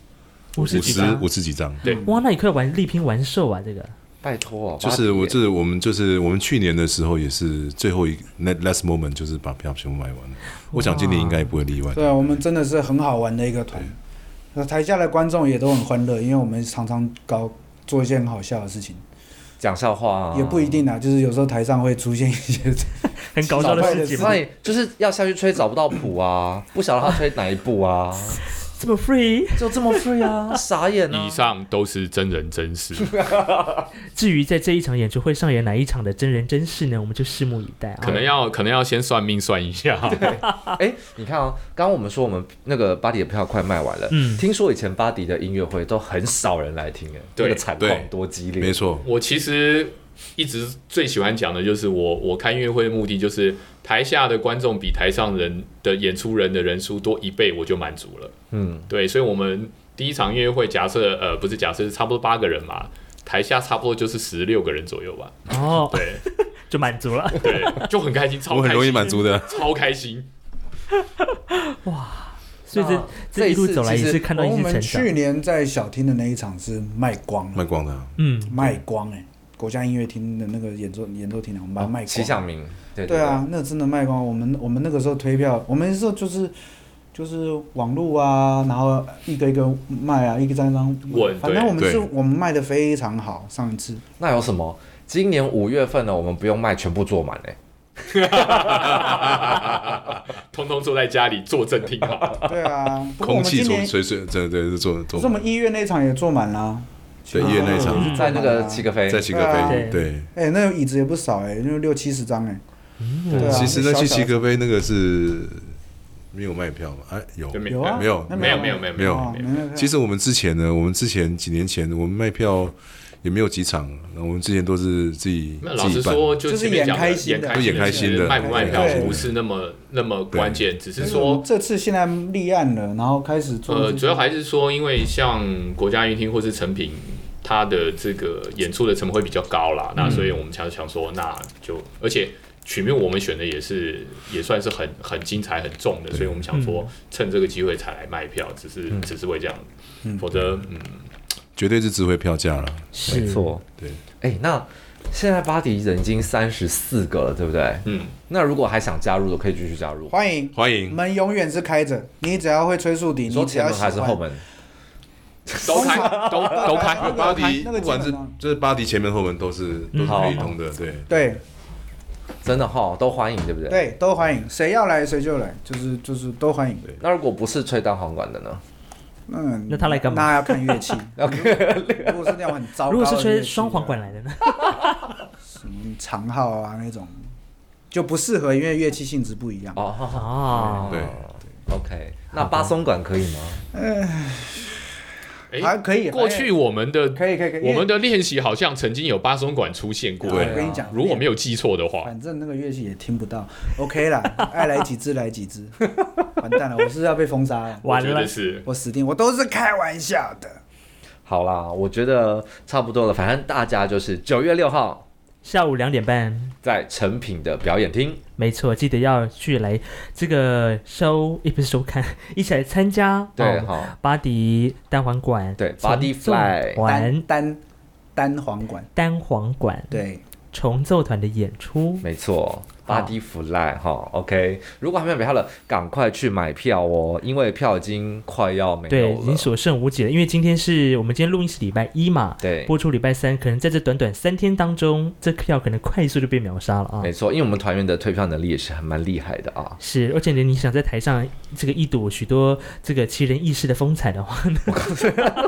Speaker 5: 五
Speaker 2: 五
Speaker 5: 十几
Speaker 2: 十
Speaker 5: 张，
Speaker 2: 五十几张。
Speaker 1: 对
Speaker 5: 哇，那你快玩力拼完售啊！这个
Speaker 3: 拜托，
Speaker 2: 就是我
Speaker 3: 八点
Speaker 2: 这我们就是我们去年的时候也是最后一 net last moment 就是把票全部卖完了，我想今年应该也不会例外。
Speaker 4: 对啊，我们真的是很好玩的一个团，那台下的观众也都很欢乐，因为我们常常搞做一些很好笑的事情，
Speaker 3: 讲笑话啊
Speaker 4: 也不一。定啊，就是有时候台上会出现一些，
Speaker 5: 很搞笑的事情吗
Speaker 3: 那？也就是要下去吹找不到谱啊，不晓得他吹哪一步啊，
Speaker 5: 这么 free。
Speaker 3: 就这么 free 啊，傻眼啊
Speaker 1: 以！上都是真人真 事，
Speaker 4: 啊
Speaker 5: 至于在这一场演出会上演哪一场的真人真事呢，我们就拭目以待啊。
Speaker 1: 可能要可能要先算命算一下。
Speaker 3: 哎，你看啊，刚刚我们说我们那个巴迪的票快卖完了，
Speaker 5: 嗯
Speaker 3: 听说以前巴迪的音乐会都很少人来听，哎，
Speaker 1: 对
Speaker 3: 那个惨
Speaker 2: 对
Speaker 3: 况多激烈，
Speaker 2: 没，错，
Speaker 1: 我其实一直最喜欢讲的就是我我看音乐会的目的就是台下的观众比台上人的演出人的人数多一倍，我就满足了。
Speaker 3: 嗯，
Speaker 1: 对，所以我们第一场音乐会假设呃不是假设是差不多八个人嘛，台下差不多就是十六个人左右吧。
Speaker 5: 哦，
Speaker 1: 对
Speaker 5: 就满足 了。
Speaker 1: 对，就很开 心，超
Speaker 2: 我很
Speaker 1: 开
Speaker 2: 容易
Speaker 1: 心，
Speaker 2: 满足的。
Speaker 1: 超开心。
Speaker 5: 所以这
Speaker 3: 那
Speaker 5: 啊这一路走来也
Speaker 3: 这一次其
Speaker 5: 是
Speaker 3: 实
Speaker 5: 看到
Speaker 4: 我
Speaker 5: 一些
Speaker 4: 们
Speaker 5: 成
Speaker 4: 去
Speaker 5: 长。
Speaker 4: 年在小厅的那一场是卖光了，
Speaker 2: 卖光的啊，
Speaker 5: 嗯，
Speaker 4: 卖光哎、国家音乐厅的那个演奏演奏厅啊，我们把它卖
Speaker 3: 齐
Speaker 4: 光。
Speaker 3: 晓明，对
Speaker 4: 对啊，，那真的卖光。我们我们那个时候推票，我们那时候就是就是网络啊，然后一个一个卖啊，一个张一张
Speaker 1: 稳
Speaker 4: 反正
Speaker 1: 对
Speaker 4: 我们是
Speaker 2: 对
Speaker 4: 我们卖的非常好。上一次
Speaker 3: 那有什么？今年五月份呢，我们不用卖，全部坐满哎，
Speaker 1: 通通坐在家里坐正听好，
Speaker 4: 对啊，不过我
Speaker 2: 空
Speaker 4: 们
Speaker 2: 气
Speaker 4: 今
Speaker 2: 从
Speaker 4: 年，
Speaker 2: 水水这这这做
Speaker 4: 可
Speaker 2: 做
Speaker 4: 是我们一月那场也坐满啦、啊
Speaker 2: 对，医院那一
Speaker 5: 哦
Speaker 2: 场
Speaker 5: 嗯
Speaker 3: 在那个七个飞，
Speaker 2: 在齐格飞，对，
Speaker 5: 对
Speaker 4: 哎、那椅子也不少哎、就六七十张哎、对
Speaker 2: 嗯
Speaker 4: 啊
Speaker 2: 其实那
Speaker 4: 小
Speaker 2: 去
Speaker 4: 小
Speaker 2: 齐格飞那个是没有卖票嘛？哎，有
Speaker 1: 对没
Speaker 4: 有啊，
Speaker 2: 没有
Speaker 4: 那
Speaker 1: 没有没有没有没有
Speaker 4: 哦
Speaker 1: 没有
Speaker 4: 没有
Speaker 2: 其实我们之前呢，我们之前几年前我们卖票也没有几场，那我们之前都是自己
Speaker 1: 那
Speaker 2: 自
Speaker 1: 老
Speaker 2: 己
Speaker 1: 实
Speaker 2: 办。
Speaker 1: 说，就
Speaker 4: 就是
Speaker 1: 前面讲的
Speaker 4: 演开心的
Speaker 1: 演
Speaker 2: 就演开心的
Speaker 1: 其实卖不卖票
Speaker 4: 对
Speaker 1: 不是那么那么关键，只是
Speaker 4: 我
Speaker 1: 说
Speaker 4: 们哎这次现在立案了，然后开始做这些，
Speaker 1: 呃，主要还是说，因为像国家音乐厅或是成品，它的这个演出的成本会比较高啦，
Speaker 4: 嗯
Speaker 1: 那所以我们想想说，那就而且。曲目我们选的也是也算是很很精彩很重的，所以我们想说趁这个机会才来卖票，只是
Speaker 4: 嗯
Speaker 1: 只是会这样，否则嗯
Speaker 2: 绝对是值回票价了。
Speaker 5: 是
Speaker 3: 没错。
Speaker 2: 对，
Speaker 3: 哎、那现在巴迪人已经三十四个了，对不对？
Speaker 1: 嗯，
Speaker 3: 那如果还想加入的，可以继续加入。
Speaker 4: 欢迎
Speaker 2: 欢迎
Speaker 4: 门永远是开着，你只要会吹竖笛，
Speaker 3: 你说
Speaker 4: 你只
Speaker 3: 前
Speaker 4: 要
Speaker 3: 门还
Speaker 4: 喜
Speaker 3: 是
Speaker 4: 欢
Speaker 3: 后门？
Speaker 1: 都开都都开，
Speaker 4: 那个
Speaker 2: 巴
Speaker 4: 开
Speaker 2: 黎
Speaker 4: 那个
Speaker 2: 不管
Speaker 4: 基
Speaker 2: 是
Speaker 4: 本上
Speaker 2: 就是巴黎前门后门都是
Speaker 1: 嗯
Speaker 2: 都是
Speaker 5: 好
Speaker 2: 可以通的，对。
Speaker 4: 对
Speaker 3: 真的哈，都欢迎，对不对？。
Speaker 4: 对都欢迎，谁要来谁就来，就是就是都欢迎。
Speaker 3: 那如果不是吹单簧管的呢？
Speaker 4: 嗯，
Speaker 5: 那他来干嘛
Speaker 4: 那要看乐 器。如果是那种很糟糕的乐器，
Speaker 5: 如果是吹双簧管来的呢？
Speaker 4: 什么长号啊那种，就不适合，因为乐器性质不一样。
Speaker 3: 哦，好好
Speaker 5: 哦，
Speaker 2: 对
Speaker 3: OK，那巴松管可以吗？
Speaker 1: 哎
Speaker 4: 还可以，
Speaker 1: 过去我们的
Speaker 4: 可以可以可以，
Speaker 1: 我们
Speaker 4: 的
Speaker 1: 的练习好像曾经有巴松管出现过，
Speaker 4: 我跟你讲，
Speaker 1: 如果没有记错的话，
Speaker 4: 反正那个乐器也听不到，OK 啦， 爱来几只来几只，完蛋了，我是要被封杀了，
Speaker 1: 我
Speaker 5: 完
Speaker 1: 觉
Speaker 5: 了
Speaker 1: 得，是
Speaker 4: 我死定，我都是开玩笑的。
Speaker 3: 好啦，我觉得差不多了，反正大家就是九月六号
Speaker 5: 下午两点半，
Speaker 3: 在成品的表演厅，
Speaker 5: 没错，记得要去来这个收，也不是收看，一起来参加。
Speaker 3: 对，
Speaker 5: 哦
Speaker 3: 好，
Speaker 5: 巴迪单簧管，
Speaker 3: 对
Speaker 5: 重
Speaker 3: Body
Speaker 5: 奏
Speaker 3: Fly
Speaker 4: 单
Speaker 5: 团
Speaker 4: 单单簧管，
Speaker 5: 单簧管
Speaker 4: 对，
Speaker 5: 重奏团的演出，
Speaker 3: 没错，巴迪弗赖哈，OK。如果还没有买票了，赶快去买票哦，因为票已经快要没
Speaker 5: 对，
Speaker 3: 有
Speaker 5: 已
Speaker 3: 了
Speaker 5: 经。所剩无几了。因为今天是我们今天录音是礼拜一嘛，
Speaker 3: 对
Speaker 5: 播出礼拜三，可能在这短短三天当中，这票可能快速就被秒杀了啊
Speaker 3: 没。错，因为我们团员的退票能力也是还蛮厉害的啊。
Speaker 5: 是，而且你你想在台上这个一睹许多这个奇人异事的风采的话，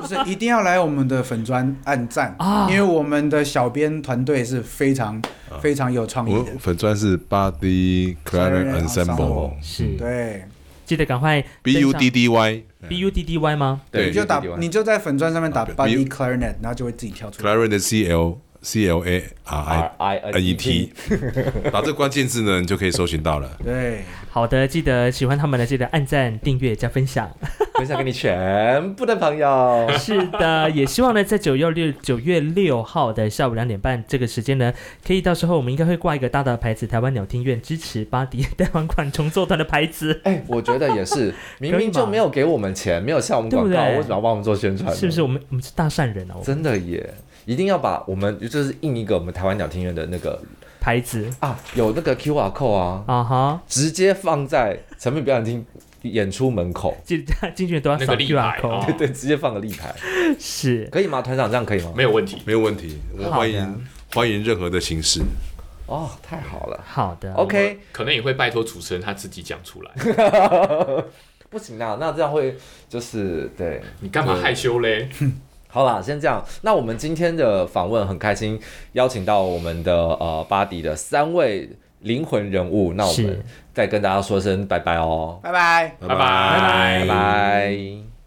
Speaker 4: 就是一定要来我们的粉砖按赞
Speaker 5: 啊
Speaker 4: 因为我们的小编团队是非常非常有创
Speaker 2: 我
Speaker 4: 意的，
Speaker 2: 粉钻是巴黎 Clarin
Speaker 4: Clarinet
Speaker 2: Ensemble
Speaker 4: Ensemble
Speaker 5: 是
Speaker 4: 对，
Speaker 5: 记得赶快
Speaker 2: B U D
Speaker 5: 登
Speaker 2: D Y
Speaker 5: 上 B U D D Y 吗？
Speaker 3: 对
Speaker 4: 你就打你就在粉砖上面打
Speaker 2: 对
Speaker 4: body
Speaker 2: you-
Speaker 4: clarinet，然后就会自己跳出来。
Speaker 2: Clarin 的 C L C L A R
Speaker 3: R
Speaker 2: I
Speaker 3: I
Speaker 2: N E T，打 这关键字呢，你就可以搜寻到了。
Speaker 4: 对，
Speaker 5: 好的，记得喜欢他们的，记得按赞、订阅、加分享。
Speaker 3: 分享给你全部的朋友。
Speaker 5: 是的，也希望呢，在九幺六九月六号的下午两点半这个时间呢，可以到时候我们应该会挂一个大大的牌子“台湾鸟听院支持巴迪台湾管重奏团”的牌 子，
Speaker 3: 哎、 我觉得也是，明明就没有给我们钱，没有向我们广
Speaker 5: 对
Speaker 3: 告，
Speaker 5: 不对
Speaker 3: 为什么要帮我们做宣传呢？
Speaker 5: 是不是？我们我们是大善人哦，
Speaker 3: 真的耶，一定要把我们就是印一个我们台湾鸟听院的那个
Speaker 5: 牌子
Speaker 3: 啊，有那个 QR code 啊，
Speaker 5: 啊哈，
Speaker 3: 直接放在成品表演厅演出门口，
Speaker 5: 记 得进去都要
Speaker 1: 那
Speaker 5: 扫
Speaker 1: 个立
Speaker 5: QR
Speaker 1: 牌
Speaker 5: code，
Speaker 1: 哦
Speaker 3: 对对，直接放个立牌，
Speaker 5: 是
Speaker 3: 可以吗？团长这样可以吗？
Speaker 1: 没有问题。
Speaker 2: 没有问题，我
Speaker 5: 好的
Speaker 2: 欢迎欢迎任何的形式。
Speaker 3: 哦，太好了。
Speaker 5: 好的。
Speaker 1: 我
Speaker 3: OK，
Speaker 1: 可能也会拜托主持人他自己讲出来。
Speaker 3: 不行啦，那这样会就是对，
Speaker 1: 你干嘛害羞嘞？
Speaker 3: 好啦，先这样。那我们今天的访问很开心，邀请到我们的呃巴迪的三位灵魂人物，那我
Speaker 5: 是
Speaker 3: 们再跟大家说声拜拜哦，
Speaker 4: 拜拜。
Speaker 1: 拜拜
Speaker 3: 拜拜。